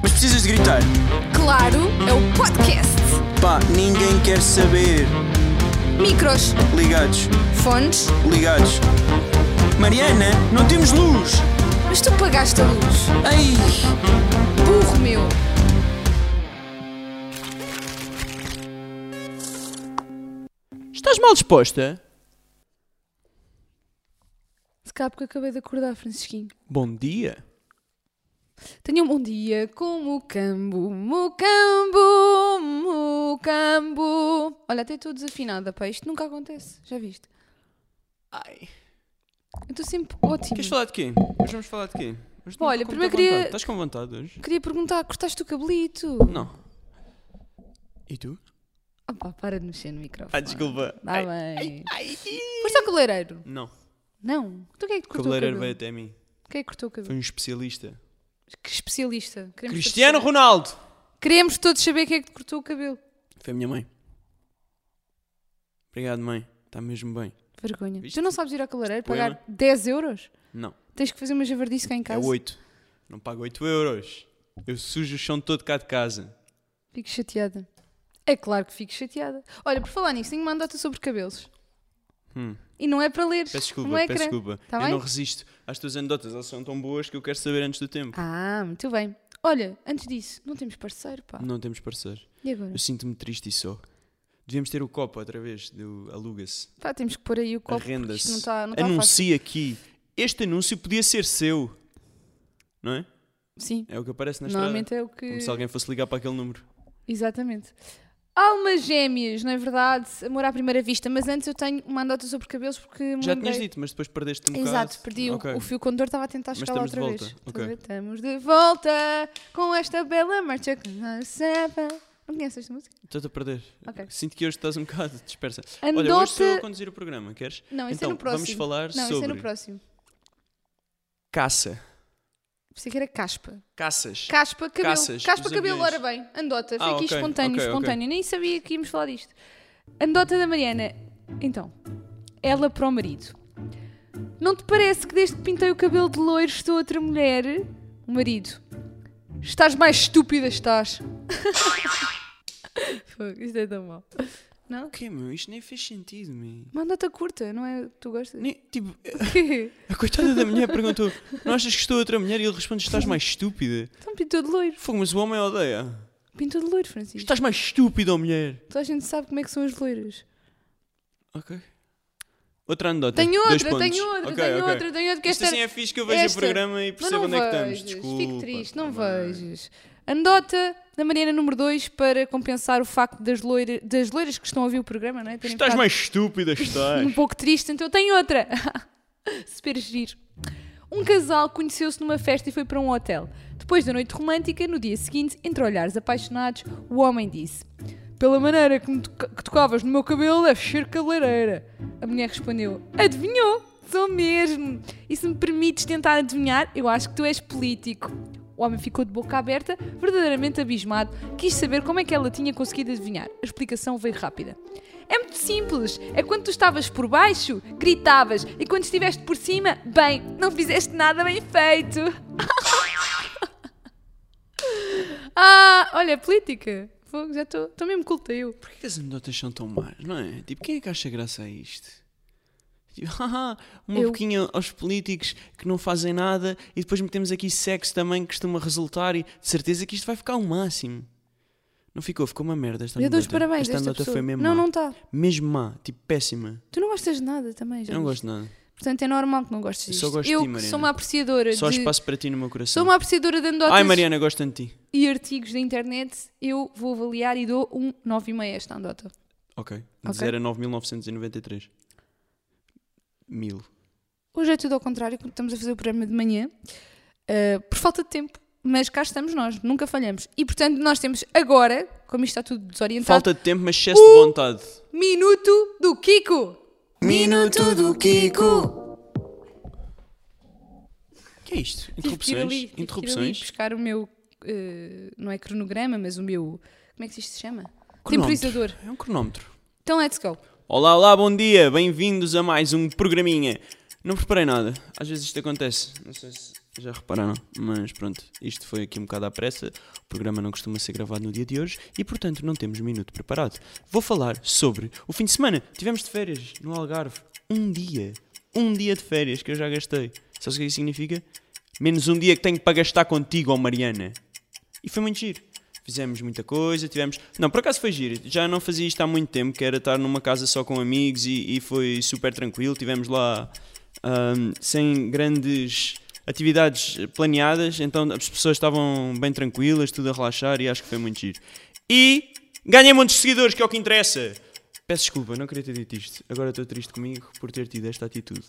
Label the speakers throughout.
Speaker 1: precisas de gritar?
Speaker 2: Claro, é o podcast.
Speaker 1: Pá, ninguém quer saber.
Speaker 2: Micros,
Speaker 1: Ligados,
Speaker 2: fones,
Speaker 1: ligados. Mariana, não temos luz!
Speaker 2: mas tu pagaste a luz.
Speaker 1: Ai!
Speaker 2: Burro meu.
Speaker 3: Estás mal disposta?
Speaker 2: Se cá porque acabei de acordar, Francisquinho.
Speaker 3: Bom dia.
Speaker 2: Tenha um bom dia com Mucambo, Mucambo, Mucambo. Olha, até estou desafinada, pá. Isto nunca acontece, já viste?
Speaker 3: Ai.
Speaker 2: Eu estou sempre ótimo.
Speaker 3: Queres falar de quê? Hoje vamos falar de quê? Hoje
Speaker 2: Pá,
Speaker 3: não-
Speaker 2: olha,
Speaker 3: como
Speaker 2: primeiro
Speaker 3: tá à
Speaker 2: queria-
Speaker 3: vontade? Estás com vontade hoje?
Speaker 2: Queria perguntar, cortaste o cabelito?
Speaker 3: Não. E tu?
Speaker 2: Opa, para de mexer no microfone.
Speaker 3: Ah, desculpa.
Speaker 2: Dá
Speaker 3: Ai,
Speaker 2: bem.
Speaker 3: ai.
Speaker 2: Foste ao cabeleireiro?
Speaker 3: Não.
Speaker 2: Não. Tu quem é que te
Speaker 3: O
Speaker 2: cortou o
Speaker 3: cabeleireiro veio
Speaker 2: cabelo?
Speaker 3: até mim.
Speaker 2: Quem é que cortou o cabelo?
Speaker 3: Foi um especialista.
Speaker 2: Que especialista. Queremos todos
Speaker 3: Cristiano
Speaker 2: saber.
Speaker 3: Ronaldo!
Speaker 2: Queremos todos saber quem é que te cortou o cabelo.
Speaker 3: Foi a minha mãe. Obrigado, mãe. Está mesmo bem.
Speaker 2: Vergonha.
Speaker 3: Viste?
Speaker 2: Tu não sabes ir ao cabeleireiro
Speaker 3: Este poema.
Speaker 2: pagar 10 euros?
Speaker 3: Não.
Speaker 2: Tens que fazer uma javardice cá em casa.
Speaker 3: É 8. Não pago 8 euros. Eu sujo o chão todo cá de casa.
Speaker 2: Fico chateada. É claro que fico chateada. Olha, por falar nisso, tenho uma anedota sobre cabelos.
Speaker 3: Hum.
Speaker 2: E não é para ler.
Speaker 3: Peço desculpa,
Speaker 2: não é
Speaker 3: peço desculpa.
Speaker 2: Tá
Speaker 3: eu
Speaker 2: bem?
Speaker 3: não resisto às tuas anedotas, elas são tão boas que eu quero saber antes do tempo.
Speaker 2: Ah, muito bem. Olha, antes disso, não temos parceiro, pá.
Speaker 3: Não temos parecer.
Speaker 2: E agora?
Speaker 3: Eu sinto-me triste e só. Devíamos ter o copo outra vez, do Aluga-se,
Speaker 2: Pá, temos que pôr aí o copo. porque Isto
Speaker 3: Arrenda-se.
Speaker 2: não está não tá fácil.
Speaker 3: Anuncia aqui. Este anúncio podia ser seu. Não é?
Speaker 2: Sim.
Speaker 3: É o que aparece na
Speaker 2: Normalmente
Speaker 3: estrada.
Speaker 2: é o que.
Speaker 3: Como se alguém fosse ligar para aquele número.
Speaker 2: Exatamente. Almas gêmeas, não é verdade? Amor à primeira vista. Mas antes eu tenho uma anedota sobre cabelos porque me
Speaker 3: Já
Speaker 2: lembrei.
Speaker 3: tinhas dito, mas depois perdeste um bocado.
Speaker 2: Exato, perdi o-
Speaker 3: Ok.
Speaker 2: o, fio condutor, estava a tentar chegar lá
Speaker 3: estamos de
Speaker 2: outra
Speaker 3: volta,
Speaker 2: vez.
Speaker 3: ok.
Speaker 2: Então, Estamos de volta com esta bela marcha que não sabe. Não conheces esta música?
Speaker 3: Estou-te a perder.
Speaker 2: Ok.
Speaker 3: Sinto que hoje estás um bocado dispersa. Olha, hoje sou eu a
Speaker 2: Anedota.
Speaker 3: conduzir o programa, queres?
Speaker 2: Não, isso
Speaker 3: então,
Speaker 2: é no próximo.
Speaker 3: vamos falar
Speaker 2: não, isso é no
Speaker 3: sobre
Speaker 2: próximo.
Speaker 3: caça.
Speaker 2: Pensei que era caspa.
Speaker 3: Caças.
Speaker 2: Caspa, cabelo.
Speaker 3: Caças,
Speaker 2: caspa,
Speaker 3: os
Speaker 2: cabelo,
Speaker 3: aviões.
Speaker 2: ora bem. Andota, foi
Speaker 3: Ah,
Speaker 2: aqui
Speaker 3: ok,
Speaker 2: espontâneo,
Speaker 3: ok, ok.
Speaker 2: espontâneo. Nem sabia que íamos falar disto. Andota da Mariana. Então, ela para o marido. Não te parece que desde que pintei o cabelo de loiro estou outra mulher? O marido. Estás mais estúpida, estás. Fogo, Isto é tão mau. Não?
Speaker 3: O quê, meu? Isto nem fez sentido, meu.
Speaker 2: Uma andota curta, não é? Tu gostas?
Speaker 3: Nem- tipo,
Speaker 2: Quê?
Speaker 3: a coitada da mulher perguntou: Não achas que estou outra mulher? E ele responde: Estás mais estúpida.
Speaker 2: Então pintou de loiro.
Speaker 3: Fogo, mas o homem odeia.
Speaker 2: Pintou de loiro, Francisco.
Speaker 3: Estás mais estúpida, ó mulher.
Speaker 2: Toda a gente sabe como é que são as loiras.
Speaker 3: Ok. Outra anedota.
Speaker 2: Tenho
Speaker 3: Dois
Speaker 2: outra,
Speaker 3: pontos.
Speaker 2: tenho outra,
Speaker 3: Ok,
Speaker 2: tenho
Speaker 3: ok.
Speaker 2: outra, tenho outra. Que
Speaker 3: Isto
Speaker 2: esta
Speaker 3: assim é fixe que eu vejo
Speaker 2: esta-
Speaker 3: o programa e
Speaker 2: Mas
Speaker 3: percebo
Speaker 2: não
Speaker 3: onde é que estamos.
Speaker 2: vejas,
Speaker 3: Desculpa.
Speaker 2: Fico triste, não
Speaker 3: Tá bem.
Speaker 2: vejas. Anedota da Mariana número 2 para compensar o facto das, loira, das loiras que estão a ouvir o programa, não é? Terem
Speaker 3: Estás
Speaker 2: ficado
Speaker 3: mais estúpida, estás.
Speaker 2: Um pouco triste, então tenho outra. Super giro. Um casal conheceu-se numa festa e foi para um hotel. Depois da noite romântica, no dia seguinte, entre olhares apaixonados, o homem disse: Pela maneira que, me toca- que tocavas no meu cabelo, deves ser cabeleireira. A mulher respondeu: Adivinhou? Sou mesmo. E se me permites tentar adivinhar, eu acho que tu és político. O homem ficou de boca aberta, verdadeiramente abismado, quis saber como é que ela tinha conseguido adivinhar. A explicação veio rápida. É muito simples. É quando tu estavas por baixo, gritavas, e quando estiveste por cima, bem, não fizeste nada bem feito. ah, olha, política. Fogo, já estou estou mesmo culta eu.
Speaker 3: Porquê que as anedotas são tão más, não é? Tipo, quem é que acha graça a isto? Tipo, haha, uma
Speaker 2: Eu.
Speaker 3: boquinha aos políticos que não fazem nada e depois metemos aqui sexo também que costuma resultar e de certeza que isto vai ficar o máximo. Não ficou, ficou uma merda esta
Speaker 2: Eu dou os
Speaker 3: anedota.
Speaker 2: parabéns
Speaker 3: Esta é
Speaker 2: a esta
Speaker 3: anedota
Speaker 2: pessoa.
Speaker 3: foi mesmo
Speaker 2: não,
Speaker 3: má.
Speaker 2: não está.
Speaker 3: Mesmo má, tipo péssima.
Speaker 2: Tu não gostas de nada também, já.
Speaker 3: Eu não
Speaker 2: viste.
Speaker 3: gosto de nada.
Speaker 2: Portanto, é normal que não gostes
Speaker 3: Eu
Speaker 2: disto.
Speaker 3: só gosto de ti,
Speaker 2: que
Speaker 3: Mariana.
Speaker 2: sou uma apreciadora
Speaker 3: Só há
Speaker 2: de...
Speaker 3: espaço para ti no meu coração.
Speaker 2: Sou uma apreciadora de anedotas
Speaker 3: Ai Mariana, gosto tanto de ti.
Speaker 2: e artigos da internet. Eu vou avaliar e dou um 9,5 a esta anedota.
Speaker 3: Ok.
Speaker 2: Ok.
Speaker 3: De 0 a 9.993. Mil.
Speaker 2: Hoje é tudo ao contrário, porque estamos a fazer o programa de manhã, uh, por falta de tempo. Mas cá estamos nós, nunca falhamos. E portanto, nós temos agora, como isto está tudo desorientado,
Speaker 3: Falta de tempo, mas excesso
Speaker 2: Uh!
Speaker 3: de vontade.
Speaker 2: Minuto do Kiko!
Speaker 3: Minuto do Kiko. O que é isto?
Speaker 2: Tive que ir
Speaker 3: Interrupções?
Speaker 2: ali, tive que ir ali
Speaker 3: Interrupções?
Speaker 2: buscar o meu, uh, não é cronograma, mas o meu, como é que isto se chama?
Speaker 3: Cronómetro.
Speaker 2: Temporizador.
Speaker 3: É um cronómetro.
Speaker 2: Então let's go.
Speaker 3: Olá, olá, bom dia. Bem-vindos a mais um programinha. Não preparei nada. Às vezes isto acontece. Não sei se Já repararam, mas pronto, isto foi aqui um bocado à pressa. O programa não costuma ser gravado no dia de hoje e, portanto, não temos minuto preparado. Vou falar sobre o fim de semana. Tivemos de férias no Algarve. Um dia. Um dia de férias que eu já gastei. Sabes o que isso significa? Menos um dia que tenho para gastar contigo, ó Mariana. E foi muito giro. Fizemos muita coisa, tivemos. Não, por acaso foi giro. Já não fazia isto há muito tempo, que era estar numa casa só com amigos e, e foi super tranquilo. Tivemos lá ahm, sem grandes atividades planeadas, então as pessoas estavam bem tranquilas, tudo a relaxar e acho que foi muito giro. E ganhei muitos seguidores, que é o que interessa. Peço desculpa, não queria ter dito isto. Agora estou triste comigo por ter tido esta atitude.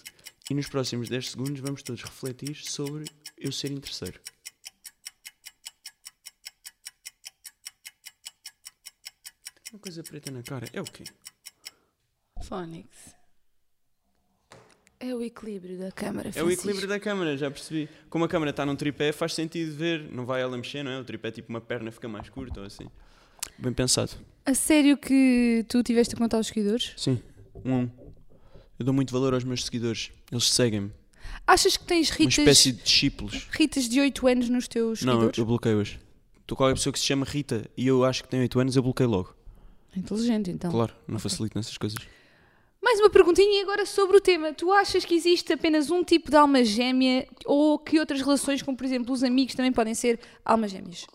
Speaker 3: E nos próximos 10 segundos vamos todos refletir sobre eu ser em terceiro. Uma coisa preta na cara, é o quê?
Speaker 2: Fónix. É o equilíbrio da câmara.
Speaker 3: É o equilíbrio da câmara, já percebi. Como a câmara está num tripé, faz sentido ver, não vai ela mexer, não é? O tripé tipo uma perna fica mais curta ou assim. Bem pensado.
Speaker 2: A sério que tu tiveste a contar os seguidores?
Speaker 3: Sim, um a um. Eu dou muito valor aos meus seguidores, eles seguem-me.
Speaker 2: Achas que tens
Speaker 3: Uma
Speaker 2: ritas,
Speaker 3: espécie de discípulos.
Speaker 2: ritas de 8 anos nos teus
Speaker 3: Não, eu,
Speaker 2: seguidores?
Speaker 3: eu bloqueio-as. Tu qualquer pessoa que se chama Rita e eu acho que tem 8 anos, eu bloqueio logo.
Speaker 2: Inteligente, então.
Speaker 3: Claro, não facilito nessas coisas.
Speaker 2: Mais uma perguntinha e agora sobre o tema. Tu achas que existe apenas um tipo de alma gêmea ou que outras relações, como por exemplo os amigos, também podem ser almas gêmeas?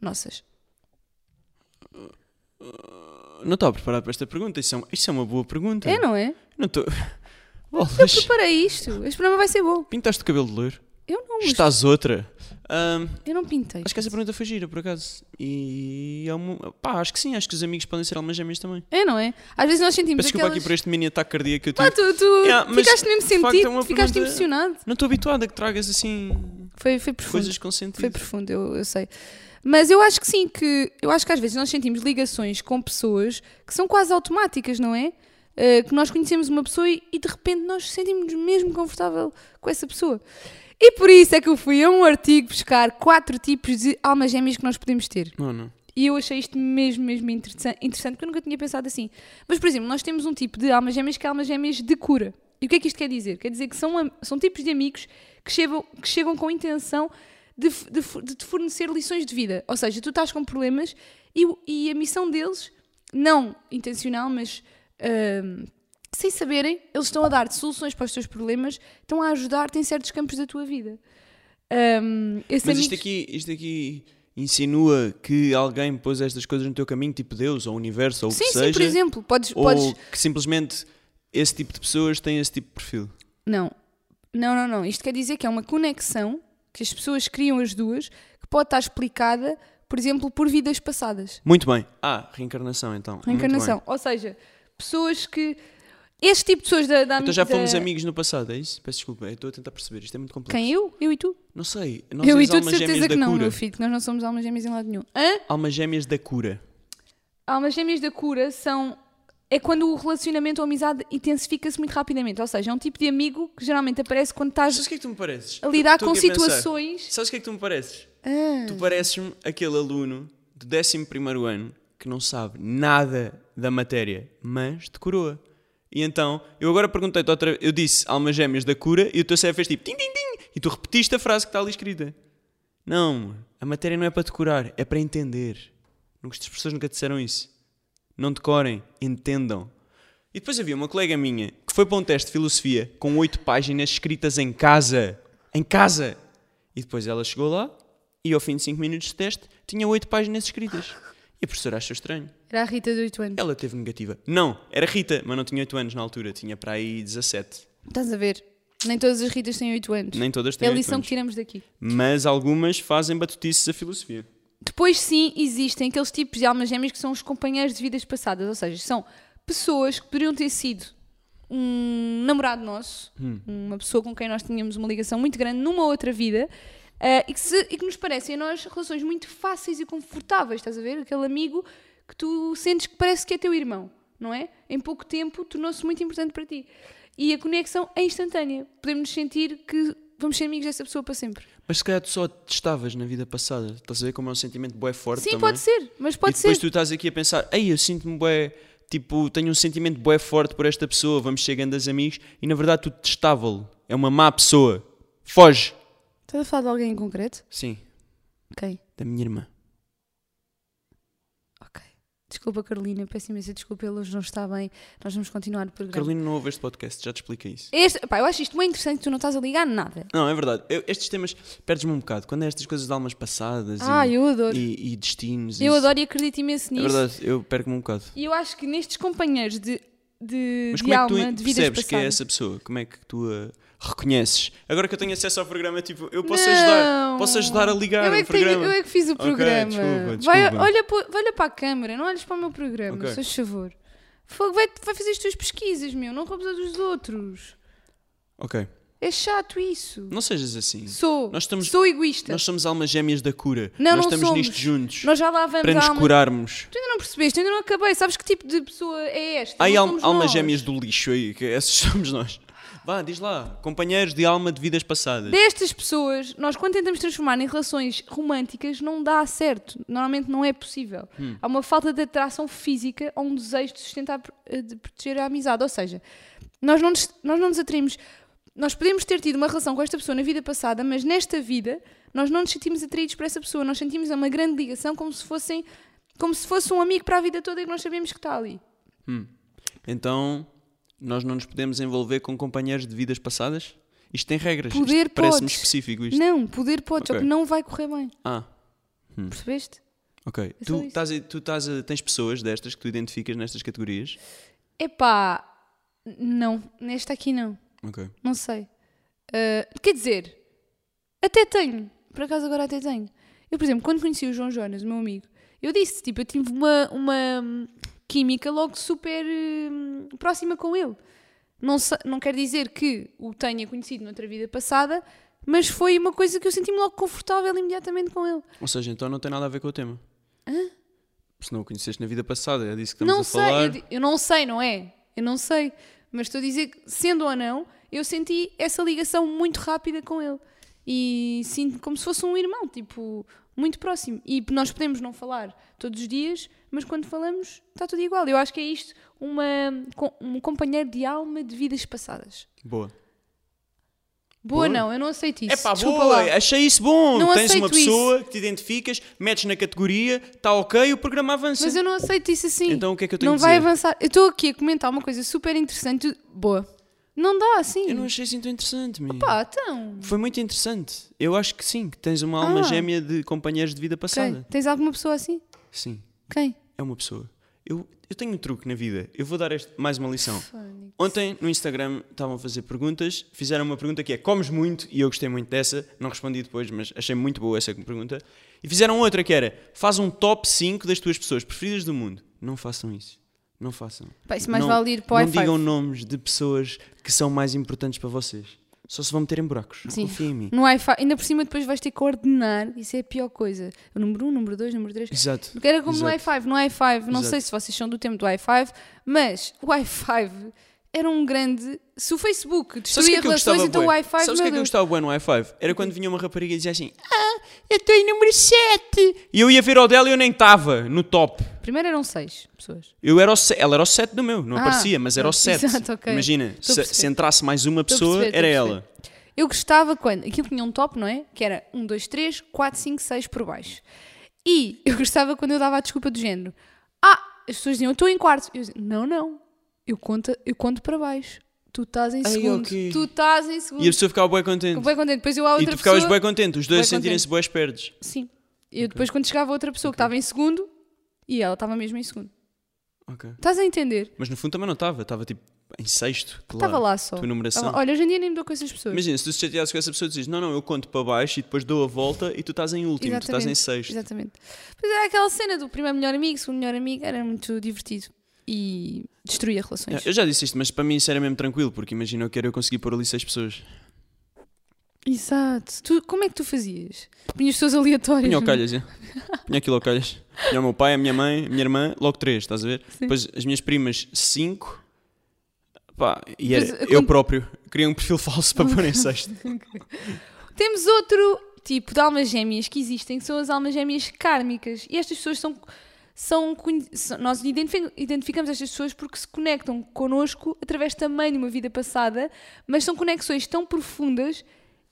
Speaker 2: Nossas.
Speaker 3: Não estava preparado para esta pergunta, isso é, um- isso é uma boa pergunta.
Speaker 2: É, não é?
Speaker 3: Não estou. Bolas,
Speaker 2: Preparei isto. Este programa vai ser bom.
Speaker 3: pintaste o cabelo de loiro?
Speaker 2: Eu não,
Speaker 3: Estás outra? Ahm,
Speaker 2: eu não pintei.
Speaker 3: acho que essa pergunta foi gira, por acaso. E é uma- pá, acho que sim, acho que os amigos podem ser almas gêmeas também.
Speaker 2: É, não é? Às vezes nós sentimos
Speaker 3: Peço desculpa
Speaker 2: aquelas...
Speaker 3: aqui por este mini ataque cardíaco que eu tive.
Speaker 2: Pá, tu, tu
Speaker 3: Yeah, mas,
Speaker 2: ficaste mesmo
Speaker 3: de facto, é
Speaker 2: sentido,
Speaker 3: uma
Speaker 2: ficaste
Speaker 3: pergunta-
Speaker 2: emocionado.
Speaker 3: Não estou habituado a que tragas assim
Speaker 2: Foi, foi profundo.
Speaker 3: coisas com sentido.
Speaker 2: Foi profundo, eu, eu sei. Mas eu acho que sim, que eu acho que às vezes nós sentimos ligações com pessoas que são quase automáticas, não é? Eh, que nós conhecemos uma pessoa e, e de repente nós sentimos mesmo confortável com essa pessoa. E por isso é que eu fui a um artigo buscar quatro tipos de almas gêmeas que nós podemos ter.
Speaker 3: Não, não.
Speaker 2: E eu achei isto mesmo, mesmo interessa- interessante, porque eu nunca tinha pensado assim. Mas, por exemplo, nós temos um tipo de almas gêmeas que é almas gêmeas de cura. E o que é que isto quer dizer? Quer dizer que são, am- são tipos de amigos que chegam, que chegam com a intenção de, f- de, fu- de te fornecer lições de vida. Ou seja, tu estás com problemas e, o- e a missão deles, não intencional, mas ahm, sem saberem, eles estão a dar-te soluções para os teus problemas, estão a ajudar-te em certos campos da tua vida. Ahm, esse
Speaker 3: Mas
Speaker 2: amigo-
Speaker 3: isto aqui, isto aqui insinua que alguém pôs estas coisas no teu caminho, tipo Deus ou o universo ou o
Speaker 2: Sim,
Speaker 3: que
Speaker 2: sim,
Speaker 3: seja.
Speaker 2: por exemplo, podes,
Speaker 3: Ou
Speaker 2: podes,
Speaker 3: que simplesmente esse tipo de pessoas tem esse tipo de perfil.
Speaker 2: Não. Não, não, não. Isto quer dizer que é uma conexão que as pessoas criam as duas, que pode estar explicada, por exemplo, por vidas passadas.
Speaker 3: Muito bem. Ah, reencarnação então. Muito
Speaker 2: Reencarnação.
Speaker 3: bem.
Speaker 2: Ou seja, pessoas que. Este tipo de pessoas da. da
Speaker 3: Então já
Speaker 2: da-
Speaker 3: fomos amigos no passado, é isso? Peço desculpa, eu estou a tentar perceber, isto é muito complexo.
Speaker 2: Quem? Eu? Eu e tu?
Speaker 3: Não sei, nós
Speaker 2: eu
Speaker 3: somos
Speaker 2: e tu, de
Speaker 3: almas
Speaker 2: certeza
Speaker 3: gêmeas
Speaker 2: que
Speaker 3: da
Speaker 2: não,
Speaker 3: cura.
Speaker 2: meu filho, que nós não somos almas gêmeas em lado nenhum. Hã?
Speaker 3: Almas gêmeas da cura.
Speaker 2: Almas gêmeas da cura são. É quando o relacionamento ou amizade intensifica-se muito rapidamente. Ou seja, é um tipo de amigo que geralmente aparece quando
Speaker 3: Sabes
Speaker 2: estás.
Speaker 3: o que é que tu me pareces?
Speaker 2: A lidar
Speaker 3: Estou
Speaker 2: com
Speaker 3: aqui a pensar.
Speaker 2: situações.
Speaker 3: Sabes o que é que tu me pareces?
Speaker 2: Ah.
Speaker 3: Tu pareces-me aquele aluno do 11º ano que não sabe nada da matéria, mas decorou-a. E então, eu agora perguntei-te outra eu disse almas gêmeas da cura e o teu cérebro fez tipo tim, tim, tim, e tu repetiste a frase que está ali escrita. Não, a matéria não é para decorar, é para entender. Nunca as pessoas nunca disseram isso. Não decorem, entendam. E depois havia uma colega minha que foi para um teste de filosofia com oito páginas escritas em casa. Em casa! E depois ela chegou lá e ao fim de cinco minutos de teste tinha oito páginas escritas. E a professora achou estranho.
Speaker 2: Era a Rita de 8 anos.
Speaker 3: Ela teve negativa. Não, era Rita, mas não tinha oito anos na altura, tinha para aí 17.
Speaker 2: Estás a ver? Nem todas as Ritas têm 8 anos.
Speaker 3: Nem todas têm
Speaker 2: É a
Speaker 3: oito
Speaker 2: lição
Speaker 3: anos.
Speaker 2: que tiramos daqui.
Speaker 3: Mas algumas fazem batutices a filosofia.
Speaker 2: Depois, sim, existem aqueles tipos de almas gêmeas que são os companheiros de vidas passadas, ou seja, são pessoas que poderiam ter sido um namorado nosso,
Speaker 3: Hum.
Speaker 2: uma pessoa com quem nós tínhamos uma ligação muito grande numa outra vida. eh, e, que se- e que nos parecem a nós relações muito fáceis e confortáveis, estás a ver? Aquele amigo que tu sentes que parece que é teu irmão, não é? Em pouco tempo tornou-se muito importante para ti. E a conexão é instantânea. Podemos nos sentir que vamos ser amigos dessa pessoa para sempre.
Speaker 3: Mas se calhar tu só testavas na vida passada. Estás a ver como é um sentimento bué forte
Speaker 2: Sim,
Speaker 3: também?
Speaker 2: pode ser, mas pode
Speaker 3: e depois
Speaker 2: ser.
Speaker 3: tu estás aqui a pensar, ei, eu sinto-me bué, tipo, tenho um sentimento bué forte por esta pessoa, vamos ser grandes amigos, e na verdade tu testável, é uma má pessoa, foge,
Speaker 2: Estás a falar de alguém em concreto?
Speaker 3: Sim,
Speaker 2: Quem?
Speaker 3: da minha irmã.
Speaker 2: Ok. Desculpa, Carolina, peço imensa desculpa, ele hoje não está bem. Nós vamos continuar o programa.
Speaker 3: Carolina não ouve este podcast, já te explica isso.
Speaker 2: Este, pá, eu acho isto muito interessante, tu não estás a ligar nada.
Speaker 3: Não, é verdade. Eu- estes temas perdes-me um bocado. Quando é estas coisas de almas passadas e-
Speaker 2: Ah, eu adoro.
Speaker 3: e, e destinos.
Speaker 2: Eu
Speaker 3: isso-
Speaker 2: adoro e acredito imenso
Speaker 3: É
Speaker 2: nisso.
Speaker 3: verdade, eu perco-me um bocado.
Speaker 2: E eu acho que nestes companheiros de, de,
Speaker 3: Mas
Speaker 2: de
Speaker 3: como é que tu
Speaker 2: alma, de vidas
Speaker 3: percebes
Speaker 2: passadas.
Speaker 3: que é essa pessoa? Como é que tu a reconheces? Agora que eu tenho acesso ao programa, tipo, eu posso ajudar,
Speaker 2: Não.
Speaker 3: posso ajudar a ligar
Speaker 2: eu é
Speaker 3: o
Speaker 2: que tenho-
Speaker 3: programa.
Speaker 2: eu é que fiz o
Speaker 3: Ok,
Speaker 2: programa.
Speaker 3: desculpa,
Speaker 2: Vai-
Speaker 3: desculpa.
Speaker 2: olha, para, olha para a câmara, não olhes para o meu programa,
Speaker 3: Ok.
Speaker 2: se faz favor. Fogo, vai, vai fazer as tuas pesquisas, meu, não roubes as dos outros.
Speaker 3: Ok,
Speaker 2: É chato isso.
Speaker 3: não sejas assim.
Speaker 2: Sou,
Speaker 3: Nós estamos-
Speaker 2: sou egoísta.
Speaker 3: Nós somos almas gêmeas da cura.
Speaker 2: Não,
Speaker 3: Nós
Speaker 2: não
Speaker 3: estamos
Speaker 2: somos.
Speaker 3: nisto juntos
Speaker 2: Nós já lá vamos
Speaker 3: para
Speaker 2: à
Speaker 3: nos
Speaker 2: alma-
Speaker 3: curarmos.
Speaker 2: Tu ainda não percebeste, ainda não acabei. Sabes que tipo de pessoa é esta?
Speaker 3: Há aí
Speaker 2: Não
Speaker 3: al
Speaker 2: somos
Speaker 3: almas
Speaker 2: nós.
Speaker 3: gêmeas do lixo aí, que essas somos nós. Vá, diz lá, companheiros de alma de vidas passadas.
Speaker 2: Destas pessoas, nós quando tentamos transformar em relações românticas, não dá certo. Normalmente não é possível.
Speaker 3: Hum.
Speaker 2: Há uma falta de atração física ou um desejo de sustentar, eh, de proteger a amizade. Ou seja, nós não nos, nós não nos atraímos. Nós podemos ter tido uma relação com esta pessoa na vida passada, mas nesta vida nós não nos sentimos atraídos por essa pessoa. Nós sentimos uma grande ligação como se fossem como se fosse um amigo para a vida toda e que nós sabemos que está ali.
Speaker 3: Então, nós não nos podemos envolver com companheiros de vidas passadas? Isto tem regras. Isto
Speaker 2: Poder
Speaker 3: Parece-me
Speaker 2: podes.
Speaker 3: específico isto.
Speaker 2: Não, poder pode, só
Speaker 3: Ok.
Speaker 2: que não vai correr bem.
Speaker 3: Ah,
Speaker 2: Percebeste?
Speaker 3: ok.
Speaker 2: É só
Speaker 3: Tu,
Speaker 2: isso.
Speaker 3: estás a- tu estás a- tens pessoas destas que tu identificas nestas categorias?
Speaker 2: Epá, não, nesta aqui não.
Speaker 3: Ok.
Speaker 2: Não sei. Ah, quer dizer, até tenho. Por acaso agora até tenho. Eu, por exemplo, quando conheci o João Jonas, o meu amigo, eu disse, tipo, eu tive uma, uma hum, química logo super hum, próxima com ele. Não, se- não quer dizer que o tenha conhecido noutra vida passada, mas foi uma coisa que eu senti-me logo confortável imediatamente com ele.
Speaker 3: Ou seja, então não tem nada a ver com o tema. Se não o conheceste na vida passada, é disso que estamos
Speaker 2: Não
Speaker 3: a
Speaker 2: sei,
Speaker 3: falar.
Speaker 2: eu, di- eu não sei, não é? Eu não sei. Mas estou a dizer que, sendo ou não, eu senti essa ligação muito rápida com ele. E sinto como se fosse um irmão, tipo, muito próximo. E nós podemos não falar todos os dias, mas quando falamos está tudo igual. Eu acho que é isto uma, com- um companheiro de alma de vidas passadas.
Speaker 3: Boa.
Speaker 2: Boa,
Speaker 3: Boa.
Speaker 2: não, eu não aceito isso.
Speaker 3: É pá,
Speaker 2: Desculpa
Speaker 3: boa,
Speaker 2: lá.
Speaker 3: achei isso bom.
Speaker 2: Não
Speaker 3: Tens uma
Speaker 2: aceito isso.
Speaker 3: pessoa que te identificas, metes na categoria, está ok, o programa avança.
Speaker 2: Mas eu não aceito isso assim.
Speaker 3: Então o que é que eu tenho
Speaker 2: Não
Speaker 3: a
Speaker 2: vai
Speaker 3: dizer?
Speaker 2: avançar. Eu estou aqui a comentar uma coisa super interessante. Boa. Não dá assim.
Speaker 3: Eu não achei assim tão interessante, meu.
Speaker 2: Pá, então.
Speaker 3: Foi muito interessante. Eu acho que sim, que tens uma alma
Speaker 2: Ah.
Speaker 3: gêmea de companheiros de vida
Speaker 2: Quem?
Speaker 3: passada.
Speaker 2: Tens alguma pessoa assim?
Speaker 3: Sim,
Speaker 2: Quem?
Speaker 3: é uma pessoa. Eu, eu tenho um truque na vida. Eu vou dar este- mais uma lição. Ontem no Instagram estavam a fazer perguntas, fizeram uma pergunta que é comes muito e eu gostei muito dessa, não respondi depois, mas achei muito boa essa pergunta. E fizeram outra que era faz um top 5 das tuas pessoas preferidas do mundo. Não façam isso. Não façam.
Speaker 2: Pá, isso mais
Speaker 3: não,
Speaker 2: vale ir para o
Speaker 3: Não
Speaker 2: high five.
Speaker 3: digam nomes de pessoas que são mais importantes para vocês. Só se vão meter em buracos.
Speaker 2: Sim. Hum.
Speaker 3: Confia em mim.
Speaker 2: No Wi-Fi. Ainda por cima depois vais ter que ordenar. Isso é a pior coisa. O número 1, um, número 2, número 3.
Speaker 3: Exato.
Speaker 2: Porque era como no
Speaker 3: Exato.
Speaker 2: i5, no i5, não
Speaker 3: Exato.
Speaker 2: sei se vocês são do tempo do i5, mas o i5 era um grande. Se o Facebook
Speaker 3: Sabes o que
Speaker 2: destruía
Speaker 3: é que eu
Speaker 2: relações,
Speaker 3: gostava
Speaker 2: então o
Speaker 3: bué?
Speaker 2: i5
Speaker 3: Sabes o
Speaker 2: meu Hum.
Speaker 3: que é que eu
Speaker 2: Deus.
Speaker 3: gostava bué no i5? Era quando vinha uma rapariga e dizia assim Ah, eu estou em número 7. E eu ia ver ao dela e eu nem estava no top.
Speaker 2: Primeiro eram 6 pessoas.
Speaker 3: Eu era o se- Ela era o 7 do meu, não
Speaker 2: Ah,
Speaker 3: aparecia, mas era o
Speaker 2: exato,
Speaker 3: 7.
Speaker 2: ok.
Speaker 3: Imagina,
Speaker 2: Estou a
Speaker 3: se,
Speaker 2: perceber.
Speaker 3: se entrasse mais uma
Speaker 2: Estou a
Speaker 3: pessoa,
Speaker 2: perceber,
Speaker 3: era
Speaker 2: estou a perceber.
Speaker 3: ela.
Speaker 2: Eu gostava quando. Aquilo tinha um top, não é? Que era 1, 2, 3, 4, 5, 6 por baixo. E eu gostava quando eu dava a desculpa do género. Ah, as pessoas diziam, eu estou em quarto. Eu dizia, não, não. Eu conto, eu conto para baixo. Tu estás em
Speaker 3: Ai,
Speaker 2: segundo.
Speaker 3: ok.
Speaker 2: Tu estás em segundo.
Speaker 3: E a pessoa ficava bué contente.
Speaker 2: Fico bem contente. Depois eu à
Speaker 3: E
Speaker 2: outra
Speaker 3: tu
Speaker 2: pessoa.
Speaker 3: ficavas bué contente, os dois
Speaker 2: bué
Speaker 3: sentirem-se bué espertos.
Speaker 2: Sim. E eu depois quando chegava outra pessoa que estava em segundo e ela estava mesmo em segundo.
Speaker 3: Ok.
Speaker 2: Estás a entender?
Speaker 3: Mas no fundo também não estava, estava tipo em sexto, claro.
Speaker 2: Estava lá só.
Speaker 3: Tua numeração.
Speaker 2: Estava- Olha, hoje em dia nem me dou com essas pessoas.
Speaker 3: Imagina, se tu se chateasses com essa pessoa, dizes: Não, não, eu conto para baixo e depois dou a volta e tu estás em último, Tipo, tu estás em sexto.
Speaker 2: Exatamente. Pois era aquela cena do primeiro melhor amigo, segundo melhor amigo, era muito divertido. E destruía relações.
Speaker 3: É, Eu já disse isto, mas para mim isso era mesmo tranquilo, porque imagina eu quero eu conseguir pôr ali seis pessoas.
Speaker 2: Exato. Tu, como é que tu fazias? Punhas pessoas aleatórias.
Speaker 3: Punha
Speaker 2: não
Speaker 3: o
Speaker 2: é?
Speaker 3: calhas, é? Punha aquilo ao calhas. Punha o meu pai, a minha mãe, a minha irmã, logo três, estás a ver? Depois as minhas primas, cinco. Pá, e era
Speaker 2: Pois,
Speaker 3: eu
Speaker 2: quando-
Speaker 3: próprio. Criei um perfil falso para pôr em sexto.
Speaker 2: Temos outro tipo de almas gêmeas que existem, que são as almas gêmeas kármicas. E estas pessoas são. são, conhe- são- nós identifi- identificamos estas pessoas porque se conectam connosco através também de uma vida passada, mas são conexões tão profundas,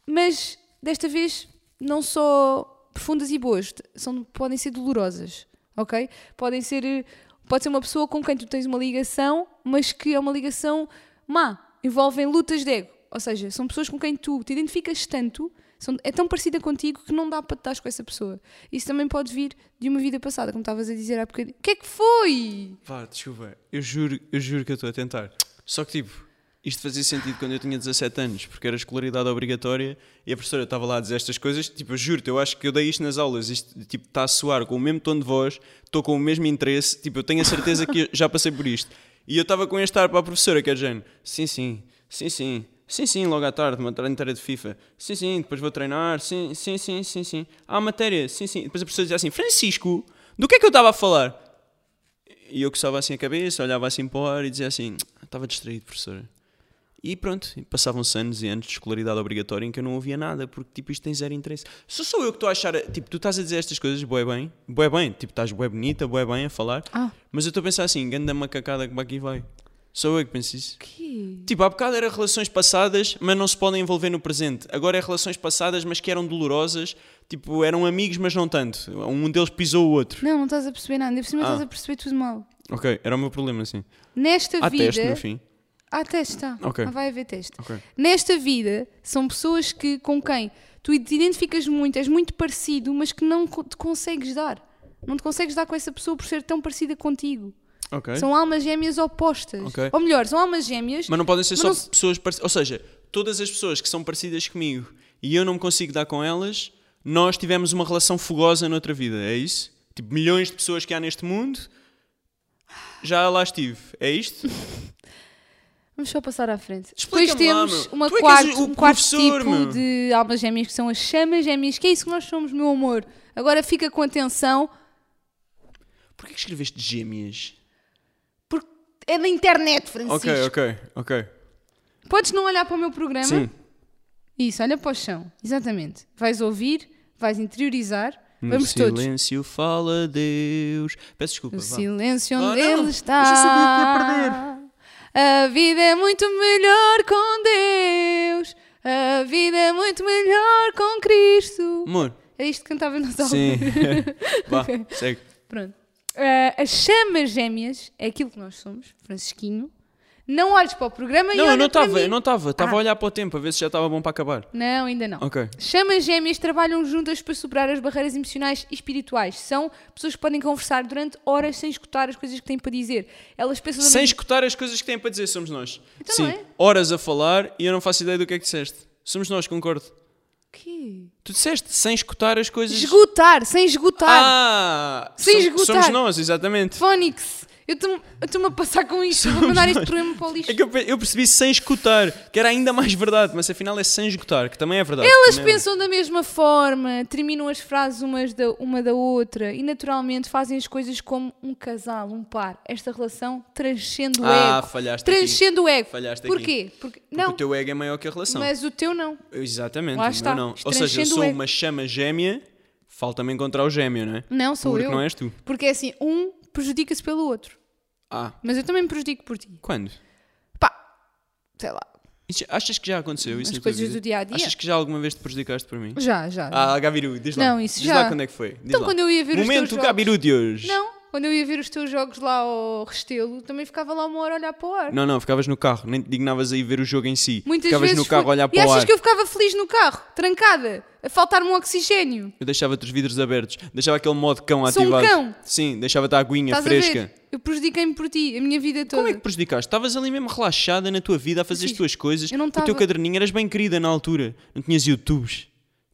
Speaker 2: mas desta vez, não só profundas e boas, t- são, podem ser dolorosas, ok? Podem ser, eh, pode ser uma pessoa com quem tu tens uma ligação, mas que é uma ligação má, envolvem lutas de ego. Ou seja, são pessoas com quem tu te identificas tanto, são- é tão parecida contigo que não dá para estar com essa pessoa. Isso também pode vir de uma vida passada, como estavas a dizer há bocadinho. O que é que foi?
Speaker 3: Pá, desculpa, eu juro, eu juro que eu estou a tentar. Só que tipo, isto fazia sentido quando eu tinha 17 anos, porque era escolaridade obrigatória e a professora estava lá a dizer estas coisas. Tipo, eu juro-te, eu acho que eu dei isto nas aulas. Isto tipo, está a soar com o mesmo tom de voz, estou com o mesmo interesse. Tipo, eu tenho a certeza que eu já passei por isto. E eu estava com este ar para a professora, que é Jane. Sim, sim, sim, sim. Sim, sim, logo à tarde, uma tarde inteira de FIFA. Sim, sim, depois vou treinar. Sim, sim, sim, sim, sim. Ah, matéria, sim, sim. Depois a professora dizia assim: Francisco, do que é que eu estava a falar? E eu coçava assim a cabeça, olhava assim para o ar e dizia assim: "Ah, estava distraído, professora. E pronto, e passavam-se anos e anos de escolaridade obrigatória em que eu não ouvia nada, porque tipo isto tem zero interesse. Só sou eu que estou a achar, tipo, tu estás a dizer estas coisas, boé bem, boé bem, tipo, estás boé bonita, boé bem a falar,
Speaker 2: Ah.
Speaker 3: mas eu estou a pensar assim: ganda macacada que aqui vai. Sou eu que penso isso.
Speaker 2: Que?
Speaker 3: Tipo, há bocado era relações passadas, mas não se podem envolver no presente. Agora é relações passadas, mas que eram dolorosas, tipo, eram amigos, mas não tanto. Um deles pisou o outro.
Speaker 2: Não, não estás a perceber nada. Ainda por cima
Speaker 3: Ah.
Speaker 2: estás a perceber tudo mal.
Speaker 3: Ok, era o meu problema, assim.
Speaker 2: Nesta
Speaker 3: Há
Speaker 2: vida.
Speaker 3: teste no fim.
Speaker 2: Há teste, está.
Speaker 3: Ok.
Speaker 2: Ah, Vai haver teste.
Speaker 3: Ok.
Speaker 2: Nesta vida, são pessoas que, com quem tu te identificas muito, és muito parecido, mas que não co- te consegues dar. Não te consegues dar com essa pessoa por ser tão parecida contigo.
Speaker 3: Ok.
Speaker 2: São almas gêmeas opostas.
Speaker 3: Ok.
Speaker 2: Ou melhor, são almas gêmeas.
Speaker 3: Mas não podem ser
Speaker 2: Mas
Speaker 3: só
Speaker 2: não se-
Speaker 3: pessoas parecidas. Ou seja, todas as pessoas que são parecidas comigo e eu não me consigo dar com elas, nós tivemos uma relação fogosa noutra vida, é isso? Tipo, milhões de pessoas que há neste mundo, já lá estive, é isto?
Speaker 2: Vamos só passar à frente. Depois
Speaker 3: Explica-me lá,
Speaker 2: temos
Speaker 3: meu.
Speaker 2: uma
Speaker 3: Tu é que
Speaker 2: quarto,
Speaker 3: és o
Speaker 2: um quarto
Speaker 3: professor,
Speaker 2: tipo
Speaker 3: meu.
Speaker 2: de almas gêmeas que são as chamas gêmeas, que é isso que nós somos, meu amor. Agora fica com atenção,
Speaker 3: Porquê que escreveste gêmeas?
Speaker 2: porque é da internet, Francisco.
Speaker 3: Ok, ok, ok.
Speaker 2: Podes não olhar para o meu programa?
Speaker 3: Sim.
Speaker 2: Isso, olha para o chão, exatamente. Vais ouvir, vais interiorizar, vamos
Speaker 3: no
Speaker 2: todos.
Speaker 3: silêncio fala Deus. Peço desculpa.
Speaker 2: No
Speaker 3: vá.
Speaker 2: silêncio
Speaker 3: Ah,
Speaker 2: onde
Speaker 3: não, eu
Speaker 2: ele
Speaker 3: já
Speaker 2: está.
Speaker 3: sabia que
Speaker 2: A vida é muito melhor com Deus. A vida é muito melhor com Cristo.
Speaker 3: Amor.
Speaker 2: Era isto que cantava nas aulas.
Speaker 3: Sim. Vá,
Speaker 2: Ok.
Speaker 3: segue.
Speaker 2: Pronto. Ah, as chamas gêmeas é aquilo que nós somos, Francisquinho. Não olhes para o programa e
Speaker 3: Não,
Speaker 2: olha
Speaker 3: eu não
Speaker 2: para
Speaker 3: estava,
Speaker 2: mim.
Speaker 3: eu não estava. Estava
Speaker 2: Ah.
Speaker 3: a olhar para o tempo, a ver se já estava bom para acabar.
Speaker 2: Não, ainda não.
Speaker 3: Ok.
Speaker 2: Chamas gêmeas trabalham juntas para superar as barreiras emocionais e espirituais. São pessoas que podem conversar durante horas sem escutar as coisas que têm para dizer. Elas pensam da
Speaker 3: Sem
Speaker 2: mesma-
Speaker 3: escutar as coisas que têm para dizer, somos nós.
Speaker 2: Então
Speaker 3: Sim,
Speaker 2: não é?
Speaker 3: horas a falar e eu não faço ideia do que é que disseste. Somos nós, concordo.
Speaker 2: Quê?
Speaker 3: Tu disseste sem escutar as coisas.
Speaker 2: Esgotar, sem esgotar.
Speaker 3: Ah!
Speaker 2: Sem
Speaker 3: som-
Speaker 2: esgotar.
Speaker 3: Somos nós, exatamente.
Speaker 2: Fónix, eu estou- eu estou-me a passar com isto. Vou
Speaker 3: Somos
Speaker 2: mandar este
Speaker 3: nós.
Speaker 2: programa para o lixo.
Speaker 3: É que eu, pe- eu percebi sem escutar, que era ainda mais verdade, mas afinal é sem escutar, que também é verdade.
Speaker 2: Elas
Speaker 3: também é
Speaker 2: pensam da mesma forma, terminam as frases umas da, uma da outra e naturalmente fazem as coisas como um casal, um par. Esta relação transcende o
Speaker 3: Ah,
Speaker 2: ego.
Speaker 3: falhaste aqui.
Speaker 2: Transcende o ego.
Speaker 3: Falhaste aqui.
Speaker 2: Porquê? Porque,
Speaker 3: verdade.
Speaker 2: não,
Speaker 3: Porque o teu ego é maior que a relação.
Speaker 2: mas o teu não.
Speaker 3: Exatamente.
Speaker 2: Lá
Speaker 3: o meu
Speaker 2: está,
Speaker 3: Não. Ou seja, eu
Speaker 2: transcende o
Speaker 3: sou
Speaker 2: ego.
Speaker 3: uma chama gêmea, falta-me encontrar o gêmeo, não é?
Speaker 2: Não, sou
Speaker 3: Porque
Speaker 2: eu.
Speaker 3: não és tu.
Speaker 2: Porque é assim, um prejudica-se pelo outro.
Speaker 3: Ah,
Speaker 2: Mas eu também me prejudico por ti.
Speaker 3: quando?
Speaker 2: Pá, sei lá.
Speaker 3: Isso- Achas que já aconteceu isso
Speaker 2: As
Speaker 3: na tua
Speaker 2: coisas
Speaker 3: vida?
Speaker 2: do dia a dia.
Speaker 3: Achas que já alguma vez te prejudicaste por mim?
Speaker 2: Já, já.
Speaker 3: Ah, Gabiru, diz lá.
Speaker 2: Não, isso
Speaker 3: diz
Speaker 2: já.
Speaker 3: lá quando é que foi. Diz
Speaker 2: Então,
Speaker 3: lá.
Speaker 2: quando eu ia ver os
Speaker 3: Momento
Speaker 2: teus jogos.
Speaker 3: Gabiru de hoje.
Speaker 2: Não, quando eu ia ver os teus jogos lá ao Restelo, também ficava lá uma hora a olhar para o ar.
Speaker 3: Não, não, ficavas no carro, nem te dignavas aí ver o jogo em si.
Speaker 2: Muitas
Speaker 3: ficavas
Speaker 2: vezes
Speaker 3: no carro
Speaker 2: fui-
Speaker 3: a olhar
Speaker 2: E
Speaker 3: para o
Speaker 2: achas
Speaker 3: ar.
Speaker 2: que eu ficava feliz no carro, trancada, a faltar-me um oxigênio?
Speaker 3: Eu deixava-te os vidros abertos, deixava aquele modo cão
Speaker 2: Sou um
Speaker 3: ativado.
Speaker 2: cão.
Speaker 3: Sim, deixava-te a aguinha
Speaker 2: Estás a
Speaker 3: fresca.
Speaker 2: ver? Eu prejudiquei-me por ti, a minha vida toda.
Speaker 3: Como é que prejudicaste? Estavas ali mesmo relaxada na tua vida a fazer as
Speaker 2: Sim,
Speaker 3: tuas coisas.
Speaker 2: eu não
Speaker 3: O
Speaker 2: estava-
Speaker 3: teu caderninho eras bem querida na altura. Não tinhas YouTubes.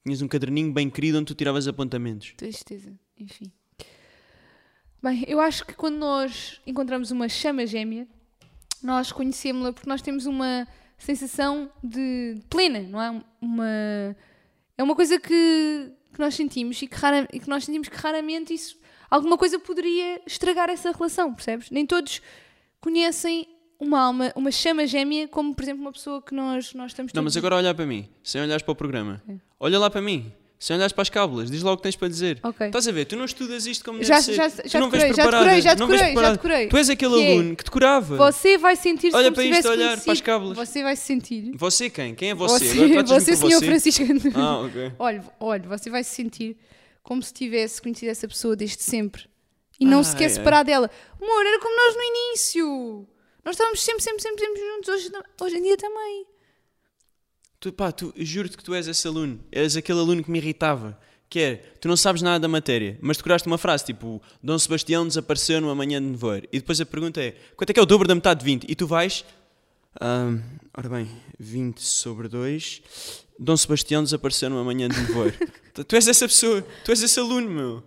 Speaker 3: Tinhas um caderninho bem querido onde tu tiravas apontamentos.
Speaker 2: Tristeza, enfim. Bem, eu acho que quando nós encontramos uma chama gêmea, nós conhecemos-la porque nós temos uma sensação de plena, não é? Uma, é uma coisa que, que nós sentimos e que, rara- e que nós sentimos que raramente isso, alguma coisa poderia estragar essa relação, percebes? Nem todos conhecem uma alma, uma chama gêmea, como por exemplo uma pessoa que nós, nós estamos
Speaker 3: Não,
Speaker 2: todos-
Speaker 3: mas agora olha para mim, sem olhares para o programa. Olha lá para mim. Se olhares para as cábulas, diz lá o que tens para dizer.
Speaker 2: Ok.
Speaker 3: Estás a ver? Tu não estudas isto como
Speaker 2: Já-
Speaker 3: deve ser.
Speaker 2: já-
Speaker 3: Tu
Speaker 2: já
Speaker 3: não vens
Speaker 2: decorei, já
Speaker 3: preparada,
Speaker 2: decorei, já
Speaker 3: não vens
Speaker 2: decorei, já
Speaker 3: preparada.
Speaker 2: decorei.
Speaker 3: Tu és aquele
Speaker 2: Que é?
Speaker 3: aluno que decorava.
Speaker 2: Você vai sentir-se
Speaker 3: Olha
Speaker 2: como
Speaker 3: para
Speaker 2: se
Speaker 3: isto,
Speaker 2: tivesse
Speaker 3: olhar
Speaker 2: conhecido.
Speaker 3: para as cábulas.
Speaker 2: Você vai se sentir.
Speaker 3: Você quem? Quem é você? Agora
Speaker 2: Você,
Speaker 3: tratas-me
Speaker 2: você
Speaker 3: por
Speaker 2: senhor Francisco Antunes.
Speaker 3: Ah, ok.
Speaker 2: Olha, olha, você vai se sentir como se tivesse conhecido essa pessoa desde sempre e não se
Speaker 3: Ai,
Speaker 2: quer
Speaker 3: ai.
Speaker 2: separar dela. Amor, era como nós no início. Nós estávamos sempre, sempre, sempre, sempre juntos. Hoje, não- hoje em dia também.
Speaker 3: Tu, pá, tu, eu juro-te que tu és esse aluno. És aquele aluno que me irritava. Que é, tu não sabes nada da matéria, mas decoraste uma frase tipo Dom Sebastião desapareceu numa manhã de nevoeiro. E depois a pergunta é: quanto é que é o dobro da metade de 20? E tu vais. "Ahm, ora bem, 20 sobre 2. Dom Sebastião desapareceu numa manhã de nevoeiro. tu, tu és essa pessoa, tu és esse aluno, meu.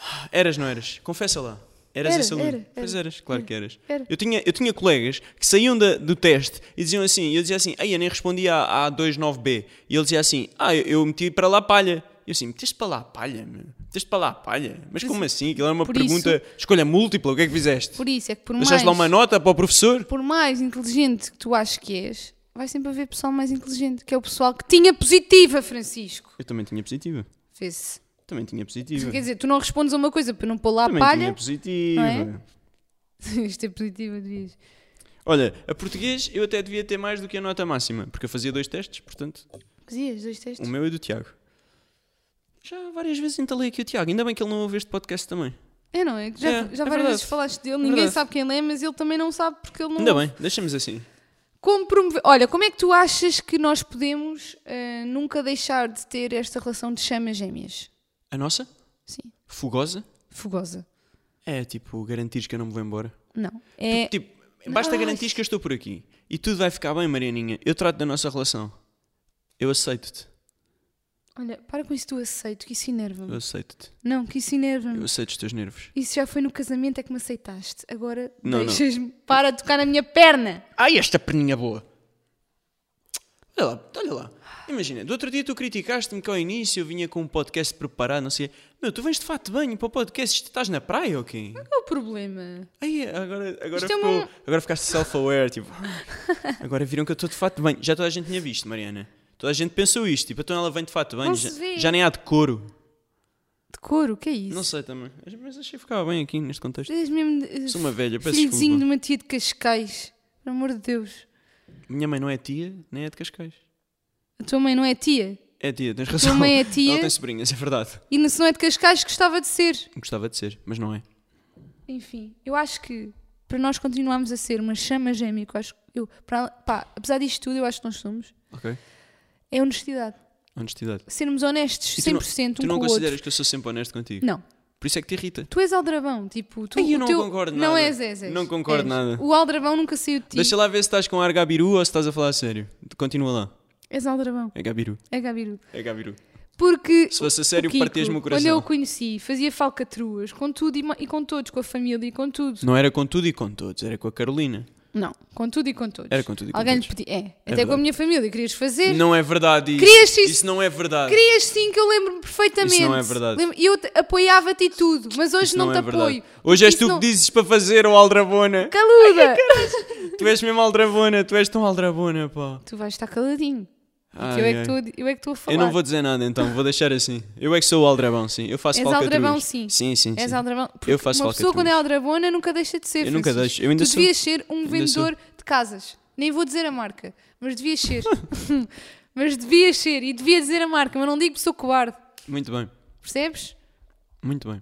Speaker 3: Ah, Eras, não eras? Confessa lá. Eras
Speaker 2: Era,
Speaker 3: esse aluno?
Speaker 2: era,
Speaker 3: Pois é.
Speaker 2: era.
Speaker 3: eras, claro que eras.
Speaker 2: Hum, era.
Speaker 3: Eu, tinha, eu tinha colegas que saíam da- do teste e diziam assim, eu dizia assim, ai, eu nem respondi à A29B. E ele dizia assim, ah, eu, eu meti para lá palha. E eu assim, meteste para lá palha, meu? Meteste para lá palha? Mas como assim? Aquilo era uma
Speaker 2: por
Speaker 3: pergunta, escolha múltipla, o que é que fizeste?
Speaker 2: Por isso é que por mais,
Speaker 3: Deixaste lá uma nota para o professor?
Speaker 2: por mais inteligente que tu aches que és, vai sempre haver pessoal mais inteligente, que é o pessoal que tinha positiva, Francisco.
Speaker 3: Eu também tinha positiva.
Speaker 2: Vê-se.
Speaker 3: Também tinha positiva.
Speaker 2: Quer dizer, tu não respondes a uma coisa para não pôr lá a
Speaker 3: também tinha
Speaker 2: palha.
Speaker 3: positiva.
Speaker 2: não é? Isto é positivo, devias.
Speaker 3: Olha, a português eu até devia ter mais do que a nota máxima, porque eu fazia dois testes, portanto,
Speaker 2: Fazias dois
Speaker 3: o
Speaker 2: testes?
Speaker 3: meu e do Tiago. Já várias vezes entalei aqui o Tiago, ainda bem que ele não ouve este podcast também.
Speaker 2: É, não é? que Já,
Speaker 3: É,
Speaker 2: já
Speaker 3: é
Speaker 2: várias
Speaker 3: verdade.
Speaker 2: vezes falaste dele, ninguém
Speaker 3: verdade.
Speaker 2: sabe quem ele é, mas ele também não sabe porque ele não.
Speaker 3: Ainda bem, deixamos assim.
Speaker 2: Como promover... Olha, como é que tu achas que nós podemos eh, nunca deixar de ter esta relação de chamas gêmeas?
Speaker 3: A nossa?
Speaker 2: Sim.
Speaker 3: Fugosa?
Speaker 2: Fugosa.
Speaker 3: É tipo, garantires que eu não me vou embora.
Speaker 2: Não. É.
Speaker 3: Tipo, basta
Speaker 2: Não,
Speaker 3: garantires que eu estou por aqui. E tudo vai ficar bem, Marianinha. Eu trato da nossa relação. Eu aceito-te.
Speaker 2: Olha, para com isso, tu aceito, que isso
Speaker 3: Eu
Speaker 2: enerva-me.
Speaker 3: aceito-te.
Speaker 2: Não, que isso
Speaker 3: Eu
Speaker 2: enerva-me.
Speaker 3: aceito os teus nervos.
Speaker 2: Isso já foi no casamento é que me aceitaste. Agora
Speaker 3: Não, não.
Speaker 2: deixas-me. Para de tocar na minha perna!
Speaker 3: Ai, esta perninha boa! Olha lá, olha lá. Imagina, do outro dia tu criticaste-me que ao início eu vinha com um podcast preparado, não sei. Meu, tu vens de fato de banho para o podcast, Isto, estás na praia ou quê?
Speaker 2: Qual é o problema?
Speaker 3: Ai, agora, agora,
Speaker 2: Isto é
Speaker 3: ficou-
Speaker 2: uma-
Speaker 3: agora ficaste self-aware, tipo. Agora viram que eu estou de fato de banho. Já toda a gente tinha visto, Mariana. Toda a gente pensou isto, tipo, então ela vem de fato de banho,
Speaker 2: Não
Speaker 3: já,
Speaker 2: se vê.
Speaker 3: já nem há de couro.
Speaker 2: De couro, o que é isso?
Speaker 3: Não sei também, mas achei que ficava bem aqui neste contexto.
Speaker 2: És mesmo. eh,
Speaker 3: Sou uma velha, peço
Speaker 2: Filhozinho de
Speaker 3: desculpa.
Speaker 2: uma tia de Cascais. Pelo amor de Deus.
Speaker 3: Minha mãe não é tia, nem é de Cascais.
Speaker 2: A tua mãe não é tia?
Speaker 3: É tia, tens razão.
Speaker 2: mãe é tia?
Speaker 3: Ela tem sobrinhas, é verdade.
Speaker 2: E não- se não é de Cascais, gostava de ser.
Speaker 3: Gostava de ser, mas não é.
Speaker 2: Enfim, eu acho que para nós continuarmos a ser uma chama gêmea, que eu acho que eu, para, al- pá, apesar disto tudo, eu acho que nós somos,
Speaker 3: Ok?
Speaker 2: é honestidade.
Speaker 3: Honestidade.
Speaker 2: Sermos honestos
Speaker 3: E tu não-
Speaker 2: 100%
Speaker 3: Tu
Speaker 2: um
Speaker 3: não
Speaker 2: com o
Speaker 3: consideras
Speaker 2: outro.
Speaker 3: que eu sou sempre honesto contigo?
Speaker 2: Não.
Speaker 3: Por isso é que te irrita.
Speaker 2: Tu és aldrabão, tipo, tu.
Speaker 3: Ai, eu
Speaker 2: o
Speaker 3: não
Speaker 2: teu-
Speaker 3: concordo
Speaker 2: Não
Speaker 3: nada.
Speaker 2: és, és, és.
Speaker 3: Não concordo
Speaker 2: És.
Speaker 3: nada.
Speaker 2: O aldrabão nunca saiu de ti.
Speaker 3: Deixa lá ver se estás com ar gabiru ou se estás a falar a sério. Continua lá.
Speaker 2: És aldrabão.
Speaker 3: É gabiru.
Speaker 2: É Gabiru.
Speaker 3: É gabiru.
Speaker 2: Porque
Speaker 3: Se fosse a
Speaker 2: o
Speaker 3: sério,
Speaker 2: Kiko,
Speaker 3: partias-me o coração.
Speaker 2: Quando eu o conheci, fazia falcatruas com tudo e, ma- e com todos, com a família e com tudo.
Speaker 3: Não era com tudo e com todos, era com a Carolina.
Speaker 2: Não, com tudo e com todos.
Speaker 3: Era com tudo e com
Speaker 2: Alguém
Speaker 3: todos.
Speaker 2: lhe pedia. É, até com a
Speaker 3: verdade.
Speaker 2: minha família, querias fazer.
Speaker 3: Não é verdade isso.
Speaker 2: Querias isso-
Speaker 3: Isso não é verdade.
Speaker 2: Querias sim, que eu lembro-me perfeitamente.
Speaker 3: Isso não é verdade.
Speaker 2: Lembro- Eu te- apoiava-te e tudo, mas hoje
Speaker 3: Isso
Speaker 2: não, te
Speaker 3: é verdade.
Speaker 2: apoio.
Speaker 3: Hoje és
Speaker 2: Isso
Speaker 3: tu
Speaker 2: não-
Speaker 3: que dizes para fazer, ó Aldrabona.
Speaker 2: Caluda!
Speaker 3: Tu és mesmo Aldrabona, tu és tão Aldrabona, pá.
Speaker 2: tu vais estar caladinho.
Speaker 3: Ai,
Speaker 2: que eu, é
Speaker 3: ai.
Speaker 2: que estou, a- eu é que estou a falar.
Speaker 3: Eu não vou dizer nada então, vou deixar assim. Eu é que sou o Aldrabão, sim. Eu faço
Speaker 2: És
Speaker 3: falcatruas.
Speaker 2: aldrabão, sim.
Speaker 3: Sim, sim,
Speaker 2: És
Speaker 3: sim.
Speaker 2: aldrabão. Porque
Speaker 3: Eu faço
Speaker 2: Uma pessoa
Speaker 3: falcatruas.
Speaker 2: quando é aldrabona nunca deixa de ser.
Speaker 3: Eu nunca
Speaker 2: Francisco.
Speaker 3: deixo. Eu ainda
Speaker 2: tu
Speaker 3: sou.
Speaker 2: devias ser um
Speaker 3: Ainda
Speaker 2: vendedor de casas. Nem vou dizer a marca, mas devias ser. mas devias ser e devia dizer a marca, mas não digo que sou cobarde.
Speaker 3: Muito bem,
Speaker 2: Percebes?
Speaker 3: muito bem.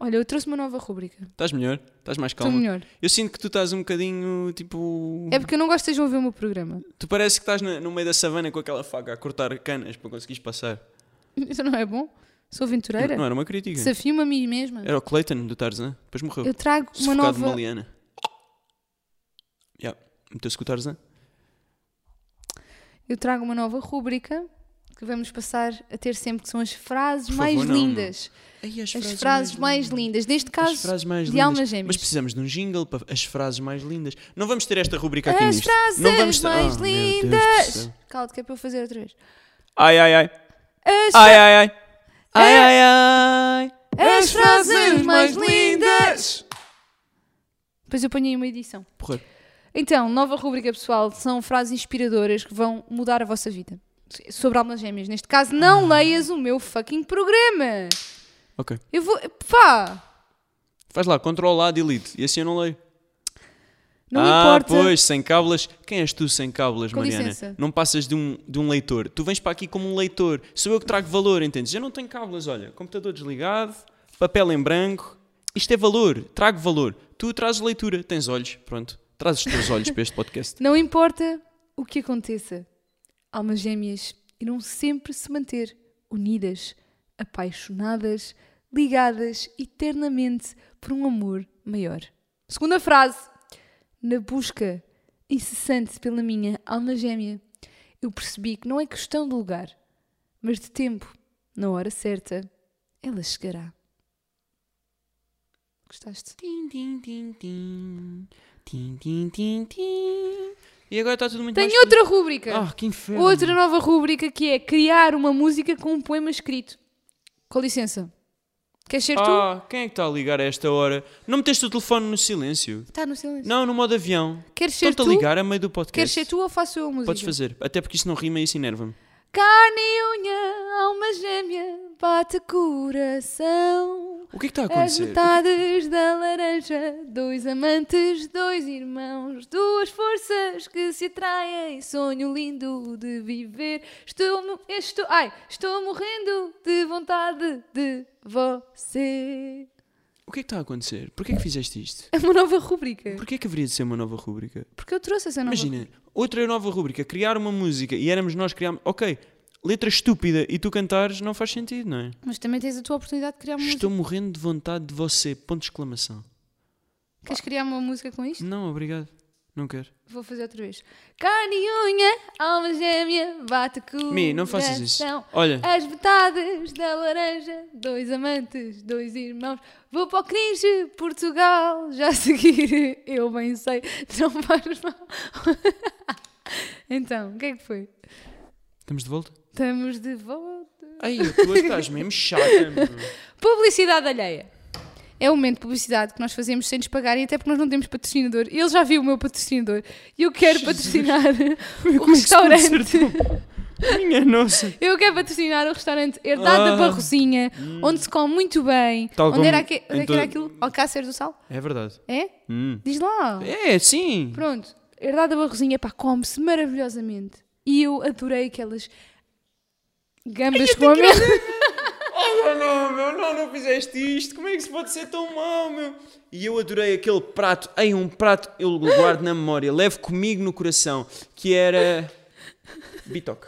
Speaker 2: Olha, eu trouxe uma nova rúbrica.
Speaker 3: Estás melhor? Estás mais
Speaker 2: Estou
Speaker 3: calma?
Speaker 2: melhor.
Speaker 3: Eu sinto que tu estás um bocadinho, tipo...
Speaker 2: É porque eu não gosto de estejam a ver o meu programa.
Speaker 3: Tu parece que estás na- no meio da savana com aquela faca a cortar canas para conseguires passar.
Speaker 2: Isso não é bom? Sou
Speaker 3: Não,
Speaker 2: aventureira?
Speaker 3: era uma crítica.
Speaker 2: Desafio-me a mim mesma.
Speaker 3: Era o Clayton do Tarzan, depois morreu.
Speaker 2: Eu trago uma
Speaker 3: Sufocado
Speaker 2: nova.
Speaker 3: numa liana. Ya, meteu-se com o Tarzan.
Speaker 2: Eu trago uma nova rúbrica que vamos passar a ter sempre, que são as frases
Speaker 3: Por
Speaker 2: mais
Speaker 3: favor, não,
Speaker 2: lindas.
Speaker 3: Ai,
Speaker 2: As, frases mais, lindas. Neste caso,
Speaker 3: As frases mais
Speaker 2: de
Speaker 3: lindas.
Speaker 2: almas gêmeas.
Speaker 3: Mas precisamos de um jingle para as frases mais lindas. Não vamos ter esta rubrica aqui
Speaker 2: As
Speaker 3: nisto.
Speaker 2: frases
Speaker 3: Não vamos ter-
Speaker 2: mais
Speaker 3: Oh, meu Deus do
Speaker 2: lindas.
Speaker 3: céu.
Speaker 2: Cala-te, que é para eu fazer outra vez.
Speaker 3: Ai, ai, ai.
Speaker 2: As,
Speaker 3: Ai, ai, ai. Ai, ai, ai.
Speaker 2: as frases mais lindas. Depois eu ponho aí uma edição.
Speaker 3: Porra.
Speaker 2: Então, nova rúbrica pessoal, são frases inspiradoras que vão mudar a vossa vida. sobre almas gêmeas. Neste caso, não
Speaker 3: Ah.
Speaker 2: leias o meu fucking programa.
Speaker 3: Ok.
Speaker 2: Eu vou. Pá!
Speaker 3: Faz lá, Ctrl A, Delete. E assim eu não leio.
Speaker 2: Não me
Speaker 3: ah,
Speaker 2: importa.
Speaker 3: pois, sem cábulas. Quem és tu sem cábulas,
Speaker 2: Com
Speaker 3: Mariana?
Speaker 2: licença.
Speaker 3: Não passas de um, de um leitor. Tu vens para aqui como um leitor. Sou eu que trago valor, entendes? Eu não tenho cábulas, olha. Computador desligado, papel em branco. Isto é valor. Trago valor. Tu trazes leitura. Tens olhos. Pronto. Trazes os teus olhos para este podcast.
Speaker 2: Não importa o que aconteça, almas gêmeas irão sempre se manter unidas, apaixonadas, ligadas eternamente por um amor maior. Segunda frase. Na busca incessante pela minha alma gêmea, eu percebi que não é questão de lugar, mas de tempo. Na hora certa, ela chegará. Gostaste?
Speaker 3: Tim, tim, tim, tim. Tim, tim, tim, tim. E agora está tudo muito
Speaker 2: Tenho
Speaker 3: mais...
Speaker 2: outra rúbrica!
Speaker 3: Ah, que inferno.
Speaker 2: Outra nova rúbrica que é criar uma música com um poema escrito. Com licença. Queres ser tu?
Speaker 3: Ah, quem é que está a ligar a esta hora? Não meteste o telefone no silêncio?
Speaker 2: Está Tá no silêncio.
Speaker 3: Não, no modo avião.
Speaker 2: Queres ser
Speaker 3: Estão-te a
Speaker 2: tu?
Speaker 3: ligar a meio do podcast.
Speaker 2: Queres ser tu ou faço eu a música?
Speaker 3: Podes fazer, até porque isso não rima e isso enerva-me.
Speaker 2: Carne e unha, alma gêmea, bate coração.
Speaker 3: O que é que está a
Speaker 2: As
Speaker 3: acontecer?
Speaker 2: metades da laranja, dois amantes, dois irmãos, duas forças que se atraem, sonho lindo de viver. Estou, mo- estou, ai, estou morrendo de vontade de você.
Speaker 3: O que é que está a acontecer? Porquê é que fizeste isto?
Speaker 2: É uma nova rubrica.
Speaker 3: Porquê é que haveria de ser uma nova rúbrica?
Speaker 2: Porque eu trouxe essa nova.
Speaker 3: Imagina, outra nova rúbrica, criar uma música e éramos nós que criámos. Ok, letra estúpida e tu cantares não faz sentido, não é?
Speaker 2: Mas também tens a tua oportunidade de criar uma música.
Speaker 3: Estou morrendo de vontade de você. Ponto de exclamação.
Speaker 2: Queres criar uma música com isto?
Speaker 3: Não, obrigado. Não quero.
Speaker 2: Vou fazer outra vez. Carne e unha, alma gêmea, bate com.
Speaker 3: Mi, não faças isso. Olha.
Speaker 2: As metades da laranja, dois amantes, dois irmãos. Vou para o cringe, Portugal, já a seguir. Eu bem sei, não faz mal. então, o que é que foi?
Speaker 3: Estamos de volta?
Speaker 2: Estamos de volta.
Speaker 3: Ai, tu hoje estás mesmo chata, meu.
Speaker 2: Publicidade alheia. É o momento de publicidade que nós fazemos sem nos pagarem, até porque nós não temos patrocinador. Ele já viu o meu patrocinador e eu quero patrocinar o
Speaker 3: Como é que se pode ser
Speaker 2: Um restaurante.
Speaker 3: tão- Minha nossa.
Speaker 2: Eu quero patrocinar o restaurante Herdade da
Speaker 3: Ah.
Speaker 2: Barrozinha, onde se come muito bem.
Speaker 3: Tal
Speaker 2: onde era,
Speaker 3: como
Speaker 2: aque-
Speaker 3: em
Speaker 2: onde é que
Speaker 3: todo-
Speaker 2: era aquilo? Alcácer do Sal?
Speaker 3: É verdade.
Speaker 2: É?
Speaker 3: Hum.
Speaker 2: Diz lá.
Speaker 3: É, sim.
Speaker 2: Pronto. Herdade da Barrozinha, pá, come-se maravilhosamente. E eu adorei aquelas gambas com amêndoas.
Speaker 3: Oh, não, meu, não, não fizeste isto. Como é que se pode ser tão mau, meu? E eu adorei aquele prato. Ei, um prato eu guardo na memória, levo comigo no coração, que era. Bitoque.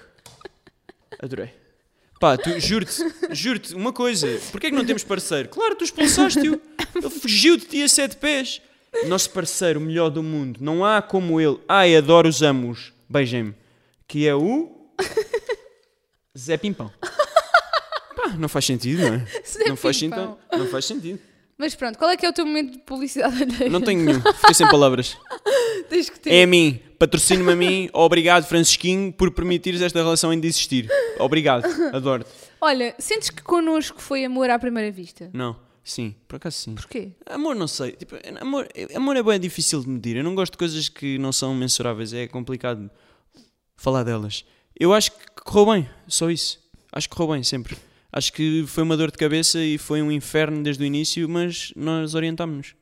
Speaker 3: Adorei. Pá, tu, juro-te, juro-te uma coisa. Porquê é que não temos parceiro? Claro, tu expulsaste-o. Ele fugiu de ti a sete pés. Nosso parceiro, o melhor do mundo. Não há como ele. Ai, adoro os amos. Beijem-me. Que é o... Zé Pimpão. Pá, não faz sentido, não é?
Speaker 2: Zé
Speaker 3: não, faz
Speaker 2: Pimpão.
Speaker 3: sentido, não faz sentido.
Speaker 2: Mas pronto, qual é que é o teu momento de publicidade alheia?
Speaker 3: Não tenho nenhum. Fiquei sem palavras.
Speaker 2: Tens que ter.
Speaker 3: É a mim. Patrocina-me a mim. Obrigado, Francisquinho, por permitires esta relação ainda existir. Obrigado. Adoro-te.
Speaker 2: Olha, sentes que connosco foi amor à primeira vista?
Speaker 3: Não. Sim. Por acaso sim.
Speaker 2: Porquê?
Speaker 3: Amor, não sei. Tipo, amor, amor é bem difícil de medir. Eu não gosto de coisas que não são mensuráveis. É complicado falar delas. Eu acho que correu bem. Só isso. Acho que correu bem, sempre. Acho que foi uma dor de cabeça e foi um inferno desde o início, mas nós orientámos-nos.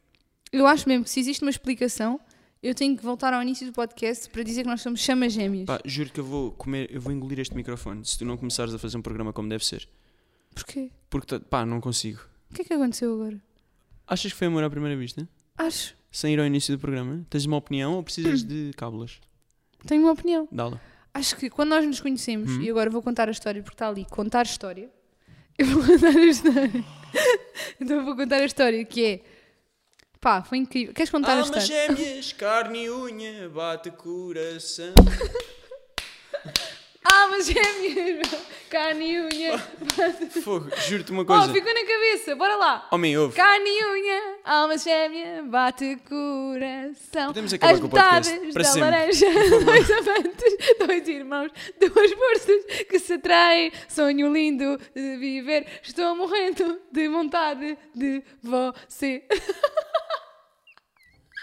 Speaker 2: Eu acho mesmo que se existe uma explicação, eu tenho que voltar ao início do podcast para dizer que nós somos chamas gêmeas.
Speaker 3: Pá, juro que eu vou comer, eu vou engolir este microfone se tu não começares a fazer um programa como deve ser.
Speaker 2: Porquê?
Speaker 3: Porque, tá- pá, não consigo.
Speaker 2: O que é que aconteceu agora?
Speaker 3: Achas que foi amor à primeira vista?
Speaker 2: Acho.
Speaker 3: Sem ir ao início do programa? Tens uma opinião ou precisas de cábulas?
Speaker 2: Tenho uma opinião.
Speaker 3: Dá-la.
Speaker 2: Acho que quando nós nos conhecemos, e agora vou contar a história porque está ali, contar história. Eu vou contar a história. então vou contar a história que é. Pá, foi incrível. Queres
Speaker 3: Ah,
Speaker 2: contar a história?
Speaker 3: gêmeas, carne e unha, bate coração.
Speaker 2: Ah, mas gêmeas! Carne e unha!
Speaker 3: Fogo, juro-te uma
Speaker 2: é- Oh,
Speaker 3: coisa.
Speaker 2: ficou na cabeça! Bora lá!
Speaker 3: Homem, ouve.
Speaker 2: Carne e unha, alma gêmea, bate coração.
Speaker 3: Podemos acabar
Speaker 2: As
Speaker 3: com o podcast,
Speaker 2: metades
Speaker 3: para
Speaker 2: da
Speaker 3: sempre.
Speaker 2: laranja, dois amantes, dois irmãos, duas forças que se atraem. Sonho lindo de viver. Estou morrendo de vontade de você.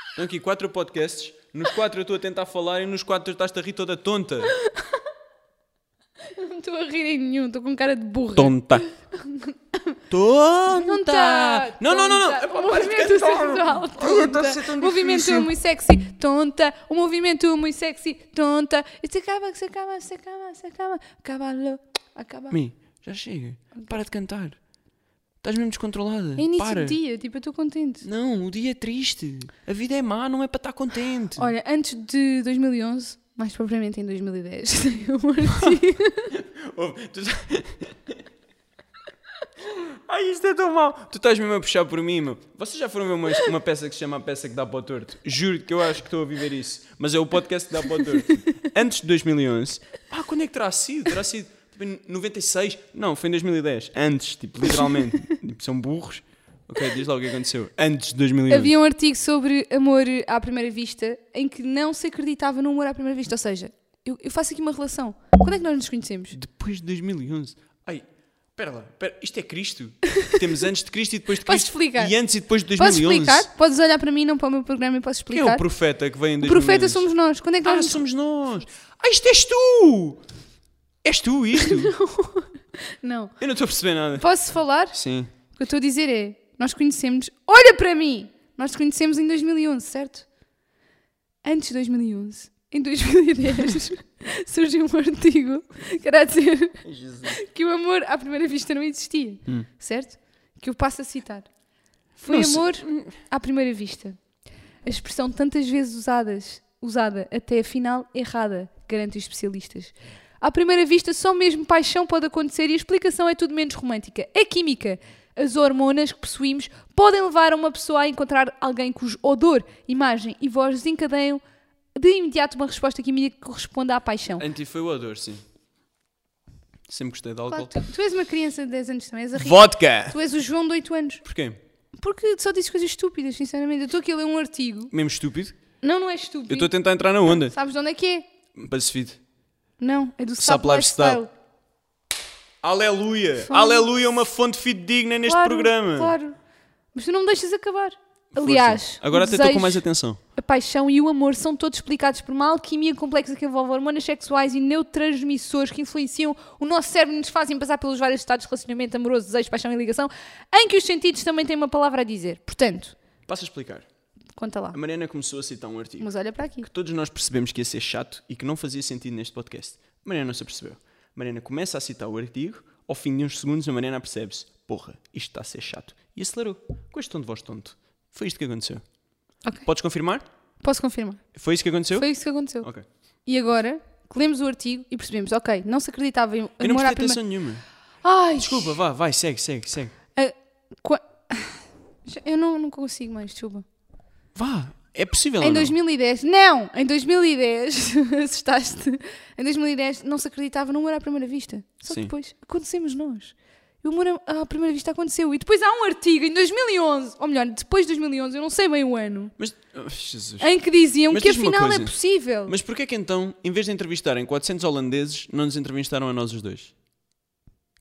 Speaker 3: Estão aqui quatro podcasts. Nos quatro eu estou a tentar falar e nos quatro estás-te a rir toda tonta.
Speaker 2: Não estou a rir em nenhum, estou com cara de burra.
Speaker 3: Tonta. Tonta.
Speaker 2: Tonta!
Speaker 3: Não, não, não, não.
Speaker 2: tá
Speaker 3: É Epá,
Speaker 2: Tonta. O
Speaker 3: para de
Speaker 2: movimento é
Speaker 3: cantar.
Speaker 2: sexual.
Speaker 3: Ai, está a
Speaker 2: Tonta.
Speaker 3: ser é tão
Speaker 2: O movimento
Speaker 3: difícil.
Speaker 2: muito sexy. Tonta. O movimento muito sexy. Tonta. E se acaba, se acaba, se acaba, se acaba. Acabalo. Acaba.
Speaker 3: Mi, já chega. Para de cantar. Estás mesmo descontrolada.
Speaker 2: É início
Speaker 3: para.
Speaker 2: do dia, tipo, eu estou contente.
Speaker 3: Não, o dia é triste. A vida é má, não é para estar contente.
Speaker 2: Olha, antes de 2011, mais propriamente em 2010, saiu um artigo.
Speaker 3: Ouve, tu... Ai, isto é tão mau. Tu estás mesmo a puxar por mim, meu. Vocês já foram ver uma, uma peça que se chama A Peça que Dá para o Torto? Juro que eu acho que estou a viver isso. Mas é o podcast que dá para o torto. Antes de 2011. Ah, quando é que terá sido? Terá sido tipo, em 96? Não, foi em 2010. Antes, tipo, literalmente. Tipo, são burros. Ok, diz lá o que aconteceu. Antes de 2011.
Speaker 2: Havia um artigo sobre amor à primeira vista em que não se acreditava no amor à primeira vista. Ou seja, eu, eu faço aqui uma relação. Quando é que nós nos conhecemos?
Speaker 3: Depois de 2011. Ai, pera lá. Pera, isto é Cristo? Temos antes de Cristo e depois de
Speaker 2: Posso
Speaker 3: Cristo.
Speaker 2: explicar?
Speaker 3: E antes e depois de
Speaker 2: Podes
Speaker 3: 2011.
Speaker 2: explicar? Podes olhar para mim, não para o meu programa e posso
Speaker 3: Quem é
Speaker 2: explicar?
Speaker 3: o profeta que vem em
Speaker 2: O
Speaker 3: 2011?
Speaker 2: profeta somos nós. Quando é que
Speaker 3: Ah,
Speaker 2: nós.
Speaker 3: somos nós! Ah, isto és tu! És tu isto?
Speaker 2: Não.
Speaker 3: Eu não estou a perceber nada.
Speaker 2: Posso falar?
Speaker 3: Sim.
Speaker 2: O que eu estou a dizer é: nós conhecemos. Olha para mim! Nós te conhecemos em 2011, certo? Antes de 2011, em 2010, surgiu um artigo que era a dizer que o amor à primeira vista não existia, certo? Que eu passo a citar. Foi
Speaker 3: Hum. Não sei.
Speaker 2: amor à primeira vista. A expressão tantas vezes usadas, usada até afinal errada, garantem os especialistas. À primeira vista, só mesmo paixão pode acontecer e a explicação é tudo menos romântica. É química. As hormonas que possuímos podem levar uma pessoa a encontrar alguém cujo odor, imagem e voz desencadeiam de imediato uma resposta química que corresponda à paixão.
Speaker 3: Anti foi o odor, sim. Sempre gostei de
Speaker 2: Claro,
Speaker 3: álcool.
Speaker 2: tu, tu és uma criança de 10 anos também, és a Rita.
Speaker 3: Vodka!
Speaker 2: Tu és o João de 8 anos.
Speaker 3: Porquê?
Speaker 2: Porque só dizes coisas estúpidas, sinceramente. Eu estou aqui a ler um artigo.
Speaker 3: Mesmo estúpido?
Speaker 2: Não, não é
Speaker 3: Eu
Speaker 2: estúpido.
Speaker 3: estou a tentar entrar na onda.
Speaker 2: Sabes de onde é que é?
Speaker 3: Buzzfeed.
Speaker 2: Não, é do
Speaker 3: Sap
Speaker 2: Sap
Speaker 3: Lifestyle.
Speaker 2: Lifestyle.
Speaker 3: Aleluia!
Speaker 2: Fome.
Speaker 3: Aleluia é uma fonte fidedigna neste
Speaker 2: Claro,
Speaker 3: programa.
Speaker 2: Claro. Mas tu não me deixas acabar.
Speaker 3: Força.
Speaker 2: Aliás,
Speaker 3: Agora
Speaker 2: o
Speaker 3: até estou com
Speaker 2: desejo,
Speaker 3: mais atenção.
Speaker 2: a paixão e o amor são todos explicados por uma alquimia complexa que envolve hormonas sexuais e neurotransmissores que influenciam o nosso cérebro e nos fazem passar pelos vários estados de relacionamento amoroso, desejo, paixão e ligação, em que os sentidos também têm uma palavra a dizer. Portanto,
Speaker 3: Passa a explicar.
Speaker 2: conta lá.
Speaker 3: A Mariana começou a citar um artigo.
Speaker 2: Mas olha para aqui.
Speaker 3: que todos nós percebemos que ia ser chato e que não fazia sentido neste podcast. Mariana não se apercebeu. Mariana começa a citar o artigo, ao fim de uns segundos a Mariana percebe-se: porra, isto está a ser chato. E acelerou, com este tom de voz tonto. Foi isto que aconteceu.
Speaker 2: Ok.
Speaker 3: Podes confirmar?
Speaker 2: Posso confirmar?
Speaker 3: Foi isso que aconteceu?
Speaker 2: Foi isso que aconteceu.
Speaker 3: Ok.
Speaker 2: E agora, que lemos o artigo e percebemos, ok, não se acreditava em
Speaker 3: Eu não prestei
Speaker 2: amor à primeira...
Speaker 3: atenção nenhuma.
Speaker 2: Ai,
Speaker 3: Desculpa, vá, vai, segue, segue, segue.
Speaker 2: a- qua- Eu não, não consigo mais, desculpa.
Speaker 3: Vá, é possível. ou
Speaker 2: Em
Speaker 3: não?
Speaker 2: 2010, não, em 2010, assustaste. Em 2010 não se acreditava no amor à primeira vista. Só que
Speaker 3: Sim.
Speaker 2: depois acontecemos nós. E o amor à à primeira vista aconteceu. E depois há um artigo em 2011, ou melhor, depois de 2011, eu não sei bem o ano,
Speaker 3: Mas, oh, Jesus.
Speaker 2: em que diziam
Speaker 3: Mas
Speaker 2: que
Speaker 3: diz-me uma
Speaker 2: afinal é
Speaker 3: coisa.
Speaker 2: possível.
Speaker 3: Mas porquê que então, em vez de entrevistarem 400 holandeses, não nos entrevistaram a nós os dois?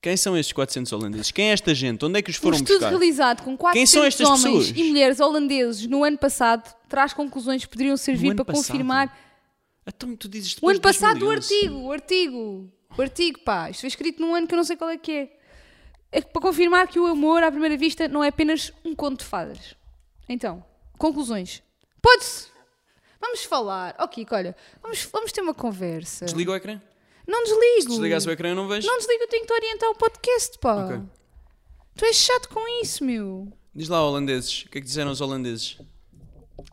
Speaker 3: Quem são estes 400 holandeses? Quem é esta gente? Onde é que os
Speaker 2: Um
Speaker 3: foram
Speaker 2: estudo
Speaker 3: buscar?
Speaker 2: realizado com 400
Speaker 3: Quem são estas
Speaker 2: homens
Speaker 3: pessoas?
Speaker 2: e mulheres holandeses no ano passado traz conclusões que poderiam servir
Speaker 3: ano
Speaker 2: para
Speaker 3: passado?
Speaker 2: confirmar
Speaker 3: Então tu dizes
Speaker 2: O
Speaker 3: depois
Speaker 2: ano
Speaker 3: de
Speaker 2: passado, o
Speaker 3: 2011.
Speaker 2: artigo, o artigo, o artigo, pá. Isto foi escrito num ano que eu não sei qual é que é. É que para confirmar que o amor à primeira vista não é apenas um conto de fadas. Então, conclusões. Pode-se. Vamos falar. Ó, Kiko, olha, vamos, vamos ter uma conversa.
Speaker 3: Desliga o ecrã.
Speaker 2: Não desligo.
Speaker 3: Se desligasse o ecrã eu não vejo.
Speaker 2: Não desligo, eu tenho que te orientar o podcast, pá.
Speaker 3: Ok.
Speaker 2: Tu és chato com isso, meu.
Speaker 3: Diz lá, holandeses. O que é que disseram os holandeses?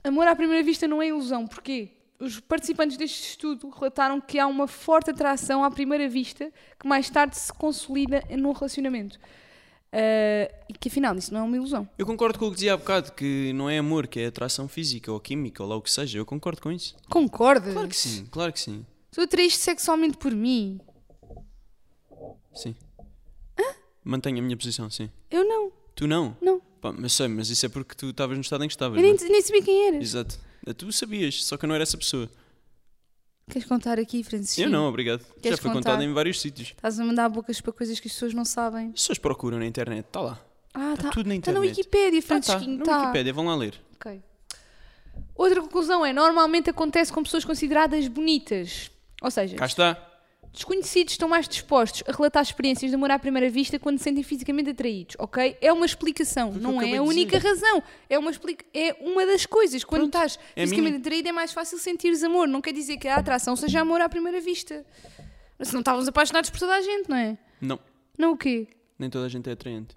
Speaker 2: Amor à primeira vista não é ilusão. Porquê? Os participantes deste estudo relataram que há uma forte atração à primeira vista que mais tarde se consolida num relacionamento. Ah, e que afinal isso não é uma ilusão.
Speaker 3: Eu concordo com o que dizia há bocado, que não é amor, que é atração física ou química ou lá o que seja. Eu concordo com isso.
Speaker 2: Concordas?
Speaker 3: Claro que sim, claro que sim.
Speaker 2: Tu atraíste sexualmente por mim.
Speaker 3: Sim. Mantenho a minha posição, sim.
Speaker 2: Eu não,
Speaker 3: Tu não?
Speaker 2: não.
Speaker 3: Pá, mas sei, mas isso é porque tu estavas no estado em que estavas.
Speaker 2: Eu nem,
Speaker 3: não é?
Speaker 2: nem sabia quem eras.
Speaker 3: Exato. É, Tu sabias, só que eu não era essa pessoa.
Speaker 2: Queres contar aqui, Francisco?
Speaker 3: Eu não, obrigado.
Speaker 2: Queres
Speaker 3: Já foi
Speaker 2: contar?
Speaker 3: contado em vários sítios.
Speaker 2: Estás a mandar bocas para coisas que as pessoas não sabem.
Speaker 3: As pessoas procuram na internet, está lá.
Speaker 2: Ah,
Speaker 3: Tá
Speaker 2: tá.
Speaker 3: tudo na
Speaker 2: Está na
Speaker 3: internet.
Speaker 2: Wikipédia,
Speaker 3: Tá, tá,
Speaker 2: Francisquinho.
Speaker 3: na
Speaker 2: tá.
Speaker 3: Wikipédia, vão lá ler.
Speaker 2: Ok. Outra conclusão é: normalmente acontece com pessoas consideradas bonitas. Ou seja,
Speaker 3: Cá está.
Speaker 2: Desconhecidos estão mais dispostos a relatar experiências de amor à primeira vista quando se sentem fisicamente atraídos, ok? É uma explicação,
Speaker 3: eu
Speaker 2: não
Speaker 3: acabei
Speaker 2: é a
Speaker 3: de
Speaker 2: única
Speaker 3: dizer.
Speaker 2: razão. É uma, explica é uma das coisas. Quando
Speaker 3: Pronto,
Speaker 2: estás
Speaker 3: é a
Speaker 2: fisicamente
Speaker 3: minha.
Speaker 2: atraído é mais fácil sentires amor. Não quer dizer que a atração seja amor à primeira vista. Se não estávamos apaixonados por toda a gente, não é?
Speaker 3: Não,
Speaker 2: Não o quê?
Speaker 3: nem toda a gente é atraente.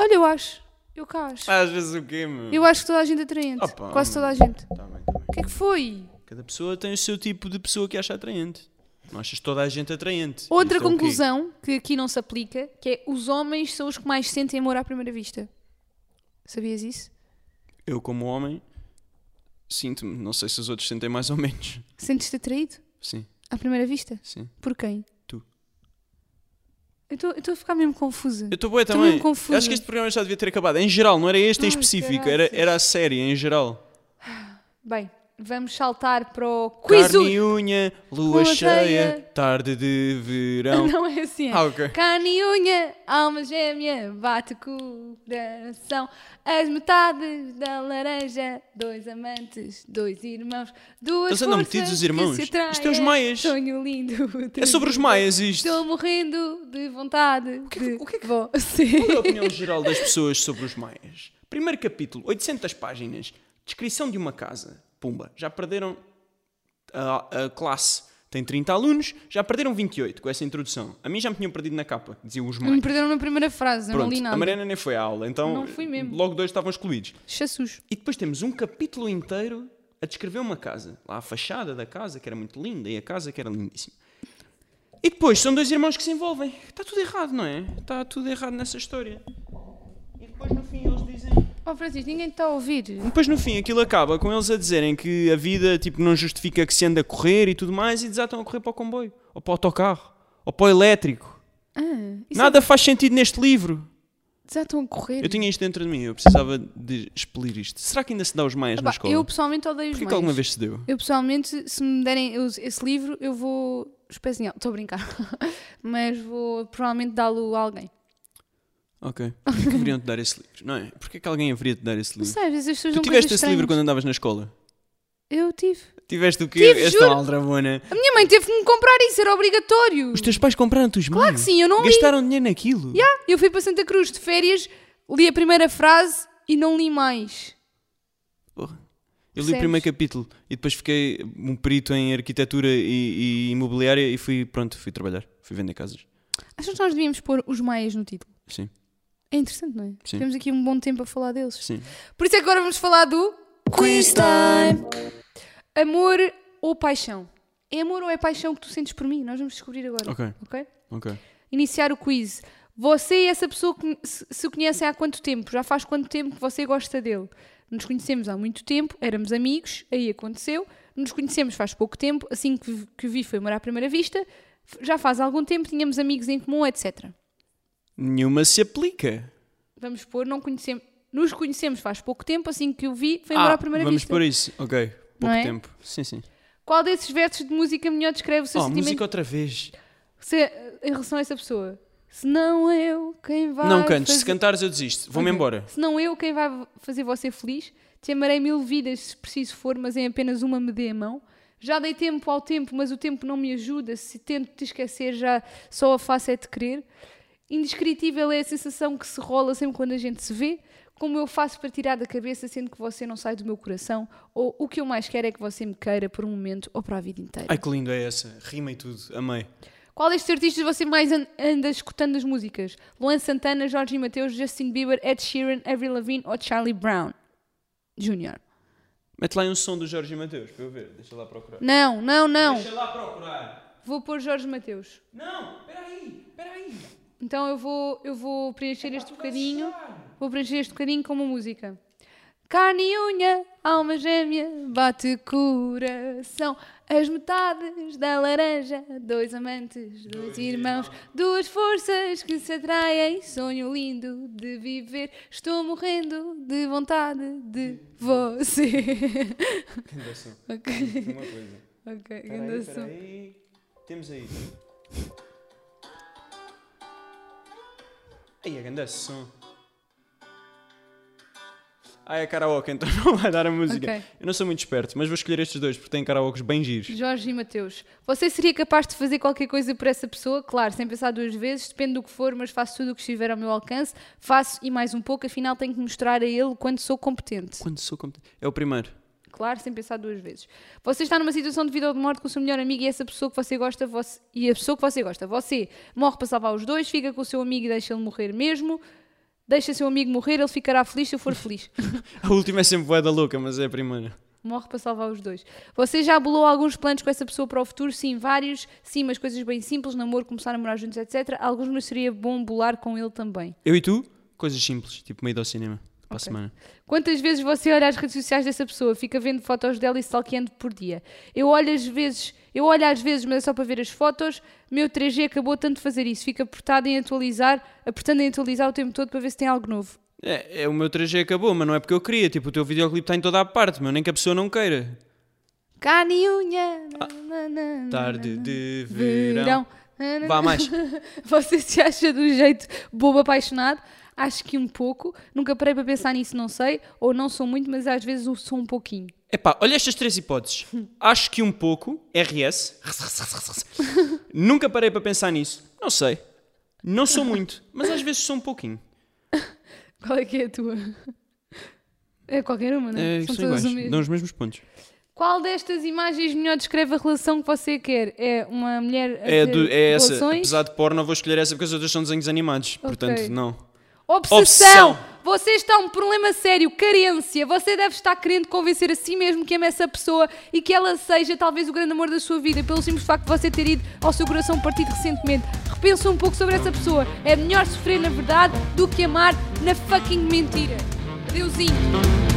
Speaker 2: Olha, eu acho. Eu cá acho.
Speaker 3: Às vezes o quê, meu?
Speaker 2: Eu acho que toda a gente é atraente.
Speaker 3: Opa,
Speaker 2: Quase
Speaker 3: homem.
Speaker 2: toda a gente. O
Speaker 3: Tá bem, tá bem.
Speaker 2: que é que foi?
Speaker 3: Cada pessoa tem o seu tipo de pessoa que acha atraente. Não achas toda a gente atraente.
Speaker 2: Outra
Speaker 3: Isto é o quê?
Speaker 2: conclusão que aqui não se aplica, que é os homens são os que mais sentem amor à primeira vista. Sabias isso?
Speaker 3: Eu, como homem, sinto-me. Não sei se os outros sentem mais ou menos.
Speaker 2: Sentes-te atraído
Speaker 3: Sim,
Speaker 2: à primeira vista?
Speaker 3: sim.
Speaker 2: Por quem?
Speaker 3: Tu.
Speaker 2: Eu estou a ficar mesmo confusa.
Speaker 3: Eu estou boa
Speaker 2: Estou
Speaker 3: também.
Speaker 2: mesmo confusa.
Speaker 3: Acho que este programa já devia ter acabado. Em geral, não era este em
Speaker 2: Ai,
Speaker 3: específico, era,
Speaker 2: caraças.
Speaker 3: era a série em geral.
Speaker 2: Bem, vamos saltar para o quiz. um.
Speaker 3: Carne e unha, lua
Speaker 2: Lua
Speaker 3: cheia,
Speaker 2: cheia.
Speaker 3: tarde de verão.
Speaker 2: Não é assim. é.
Speaker 3: Ah, ok.
Speaker 2: Carne e unha, alma gêmea, bate coração. As metades da laranja, dois amantes, dois irmãos, duas
Speaker 3: Eles andam
Speaker 2: forças
Speaker 3: metidos, os
Speaker 2: que
Speaker 3: irmãos.
Speaker 2: se
Speaker 3: Isto é os
Speaker 2: atraem.
Speaker 3: maias.
Speaker 2: Sonho lindo.
Speaker 3: É sobre os maias é isto.
Speaker 2: Estou morrendo de vontade o que, de o que, você.
Speaker 3: Qual é a opinião geral das pessoas sobre os maias? Primeiro capítulo, 800 páginas, descrição de uma casa. Pumba, já perderam a, a classe. Tem 30 alunos, já perderam 28 com essa introdução. A mim já me tinham perdido na capa, diziam os
Speaker 2: Me
Speaker 3: maias.
Speaker 2: perderam na primeira frase, eu não
Speaker 3: Pronto,
Speaker 2: li
Speaker 3: a
Speaker 2: nada.
Speaker 3: Mariana nem foi à aula, então
Speaker 2: Não fui mesmo.
Speaker 3: logo dois estavam excluídos.
Speaker 2: Chassus.
Speaker 3: E depois temos um capítulo inteiro a descrever uma casa. Lá a fachada da casa, que era muito linda, e a casa que era lindíssima. E depois são dois irmãos que se envolvem. Está tudo errado, não é? Está tudo errado nessa história. E depois no fim eles dizem.
Speaker 2: Oh, Francisco, ninguém te está a ouvir.
Speaker 3: Depois no fim aquilo acaba com eles a dizerem que a vida tipo, não justifica que se anda a correr e tudo mais e desatam a correr para o comboio, ou para o autocarro, ou para o elétrico.
Speaker 2: Ah, isso
Speaker 3: Nada faz sentido neste livro.
Speaker 2: já estão a correr.
Speaker 3: Eu tinha isto dentro de mim, eu precisava de expelir isto. Será que ainda se dá os maias na
Speaker 2: Pá,
Speaker 3: escola?
Speaker 2: eu pessoalmente odeio os
Speaker 3: Porquê que
Speaker 2: maias.
Speaker 3: alguma vez se deu?
Speaker 2: Eu pessoalmente, se me derem eu- esse livro, eu vou espezinhar. Estou a brincar. Mas vou provavelmente dá-lo a alguém.
Speaker 3: Ok. Porquê que deveriam-te dar esse livro? Não é? Porquê que alguém haveria de dar esse
Speaker 2: Não
Speaker 3: livro?
Speaker 2: sei, às vezes as
Speaker 3: Hum.
Speaker 2: pessoas
Speaker 3: Tu
Speaker 2: dão
Speaker 3: tiveste esse
Speaker 2: coisas
Speaker 3: livro Hum. quando
Speaker 2: estranhas.
Speaker 3: andavas na escola?
Speaker 2: Eu tive.
Speaker 3: Tiveste o quê?
Speaker 2: Tive,
Speaker 3: Esta
Speaker 2: juro.
Speaker 3: aldrabona.
Speaker 2: A minha mãe teve que me comprar isso, era obrigatório.
Speaker 3: Os teus pais compraram-te os
Speaker 2: Claro que sim, eu não li.
Speaker 3: Gastaram dinheiro naquilo.
Speaker 2: Ah, Eu fui para Santa Cruz de férias, li a primeira frase e não li mais.
Speaker 3: Porra. Eu li o
Speaker 2: Percebes?
Speaker 3: primeiro capítulo e depois fiquei um perito em arquitetura e, e imobiliária e fui, pronto, fui trabalhar. Fui vender casas.
Speaker 2: Achas que nós devíamos pôr os maias no título?
Speaker 3: Sim,
Speaker 2: É interessante, não é?
Speaker 3: Sim.
Speaker 2: Tivemos aqui um bom tempo a falar deles.
Speaker 3: sim.
Speaker 2: Por isso é que agora vamos falar do Quiz Time. Amor ou paixão? É amor ou é paixão que tu sentes por mim? Nós vamos descobrir agora.
Speaker 3: Ok.
Speaker 2: ok?
Speaker 3: Ok.
Speaker 2: Iniciar o quiz. Você e essa pessoa conhe- se se conhecem há quanto tempo? Já faz quanto tempo que você gosta dele? Nos conhecemos há muito tempo, éramos amigos, aí aconteceu. Nos conhecemos faz pouco tempo, assim que vi- que vi foi morar à primeira vista. F- Já faz algum tempo, tínhamos amigos em comum, etc.
Speaker 3: Nenhuma se aplica.
Speaker 2: Vamos pôr, não conhecemos. Nos conhecemos faz pouco tempo, assim que o vi, foi morar à primeira
Speaker 3: Ah, vamos
Speaker 2: vista.
Speaker 3: por isso. Ok. Pouco
Speaker 2: é?
Speaker 3: tempo. Sim, sim.
Speaker 2: Qual desses versos de música melhor descreve o seu
Speaker 3: Oh,
Speaker 2: sentimento
Speaker 3: música outra vez.
Speaker 2: se- em relação a essa pessoa? Se não eu, quem vai.
Speaker 3: não cantes.
Speaker 2: fazer...
Speaker 3: Se cantares eu desisto. Vou-me
Speaker 2: Ok.
Speaker 3: embora.
Speaker 2: Se não eu, quem vai fazer você feliz? Te amarei mil vidas se preciso for, mas em apenas uma me dê a mão. Já dei tempo ao tempo, mas o tempo não me ajuda. Se tento te esquecer, já só a faço é te querer. Indescritível é a sensação que se rola sempre quando a gente se vê. Como eu faço para tirar da cabeça, sendo que você não sai do meu coração? Ou o que eu mais quero é que você me queira por um momento ou para a vida inteira?
Speaker 3: Ai que lindo é essa, rima e tudo, amei.
Speaker 2: Qual destes artistas você mais an- anda escutando as músicas? Luan Santana, Jorge Mateus, Justin Bieber, Ed Sheeran, Avril Lavigne ou Charlie Brown? Júnior.
Speaker 3: Mete lá aí um som do Jorge Mateus para eu ver, deixa lá procurar.
Speaker 2: Não, não, não.
Speaker 3: Deixa lá procurar.
Speaker 2: Vou pôr Jorge Mateus.
Speaker 3: Não, peraí, peraí. É
Speaker 2: Então eu vou, eu vou preencher este bocadinho. Vou preencher este bocadinho com uma música. Carne e unha, alma gêmea, bate coração. As metades da laranja, dois amantes, dois, irmãos, duas forças que se atraem. Sonho lindo de viver, estou morrendo de vontade de você. ok,
Speaker 3: Uma coisa.
Speaker 2: ok,
Speaker 3: Peraí,
Speaker 2: grande som.
Speaker 3: peraí. Temos aí. é Ai, a grande som. Ah, é karaoke, então não vai dar a música.
Speaker 2: Ok.
Speaker 3: Eu não sou muito esperto, mas vou escolher estes dois porque têm karaokes bem giros.
Speaker 2: Jorge e Mateus, você seria capaz de fazer qualquer coisa por essa pessoa? Claro, sem pensar duas vezes, depende do que for, mas faço tudo o que estiver ao meu alcance, faço e mais um pouco, afinal tenho que mostrar a ele quando sou competente.
Speaker 3: Quando sou competente. É o primeiro.
Speaker 2: Claro, sem pensar duas vezes. Você está numa situação de vida ou de morte com o seu melhor amigo e essa pessoa que você gosta, você- e a pessoa que você gosta. Você morre para salvar os dois, fica com o seu amigo e deixa ele morrer mesmo. Deixa seu amigo morrer, ele ficará feliz se eu for feliz.
Speaker 3: A última é sempre bué da louca, mas é a primeira.
Speaker 2: Morre para salvar os dois. Você já bolou alguns planos com essa pessoa para o futuro? Sim, vários. Sim, mas coisas bem simples, namoro, começar a morar juntos, etc. Alguns, mas seria bom bolar com ele também.
Speaker 3: Eu e tu, coisas simples, tipo meio ao cinema, para a semana.
Speaker 2: Quantas vezes você olha as redes sociais dessa pessoa? Fica vendo fotos dela e stalkeando por dia. Eu olho às vezes, eu olho às vezes, mas é só para ver as fotos. Meu 3G acabou tanto de fazer isso. Fica apertado em atualizar, apertando em atualizar o tempo todo para ver se tem algo novo.
Speaker 3: É, é, o meu 3G acabou, mas não é porque eu queria. Tipo, o teu videoclipe está em toda a parte, meu, nem que a pessoa não queira.
Speaker 2: Caniunha!
Speaker 3: Ah, Tarde de verão.
Speaker 2: Verão. Na, na,
Speaker 3: Vá mais.
Speaker 2: Você se acha de um jeito bobo apaixonado? Acho que um pouco. Nunca parei para pensar nisso, não sei. Ou não sou muito, mas às vezes sou um pouquinho.
Speaker 3: Epá, olha estas três hipóteses. Acho que um pouco, RS. Nunca parei para pensar nisso. Não sei. Não sou muito, mas às vezes sou um pouquinho.
Speaker 2: Qual é que é a tua? É qualquer uma, não é?
Speaker 3: É, são
Speaker 2: todas
Speaker 3: iguais.
Speaker 2: o mesmo.
Speaker 3: Dão os mesmos pontos.
Speaker 2: Qual destas imagens melhor descreve a relação que você quer? É uma mulher a
Speaker 3: É,
Speaker 2: ter
Speaker 3: do- é essa.
Speaker 2: relações?
Speaker 3: Apesar de porno, eu vou escolher essa porque as outras são desenhos animados. Portanto, não.
Speaker 2: Obsessão!
Speaker 3: Obsessão!
Speaker 2: Você está um problema sério, carência. Você deve estar querendo convencer a si mesmo que ama essa pessoa e que ela seja talvez o grande amor da sua vida, pelo simples facto de você ter ido ao seu coração partido recentemente. Repensa um pouco sobre essa pessoa. É melhor sofrer na verdade do que amar na fucking mentira. Deusinho.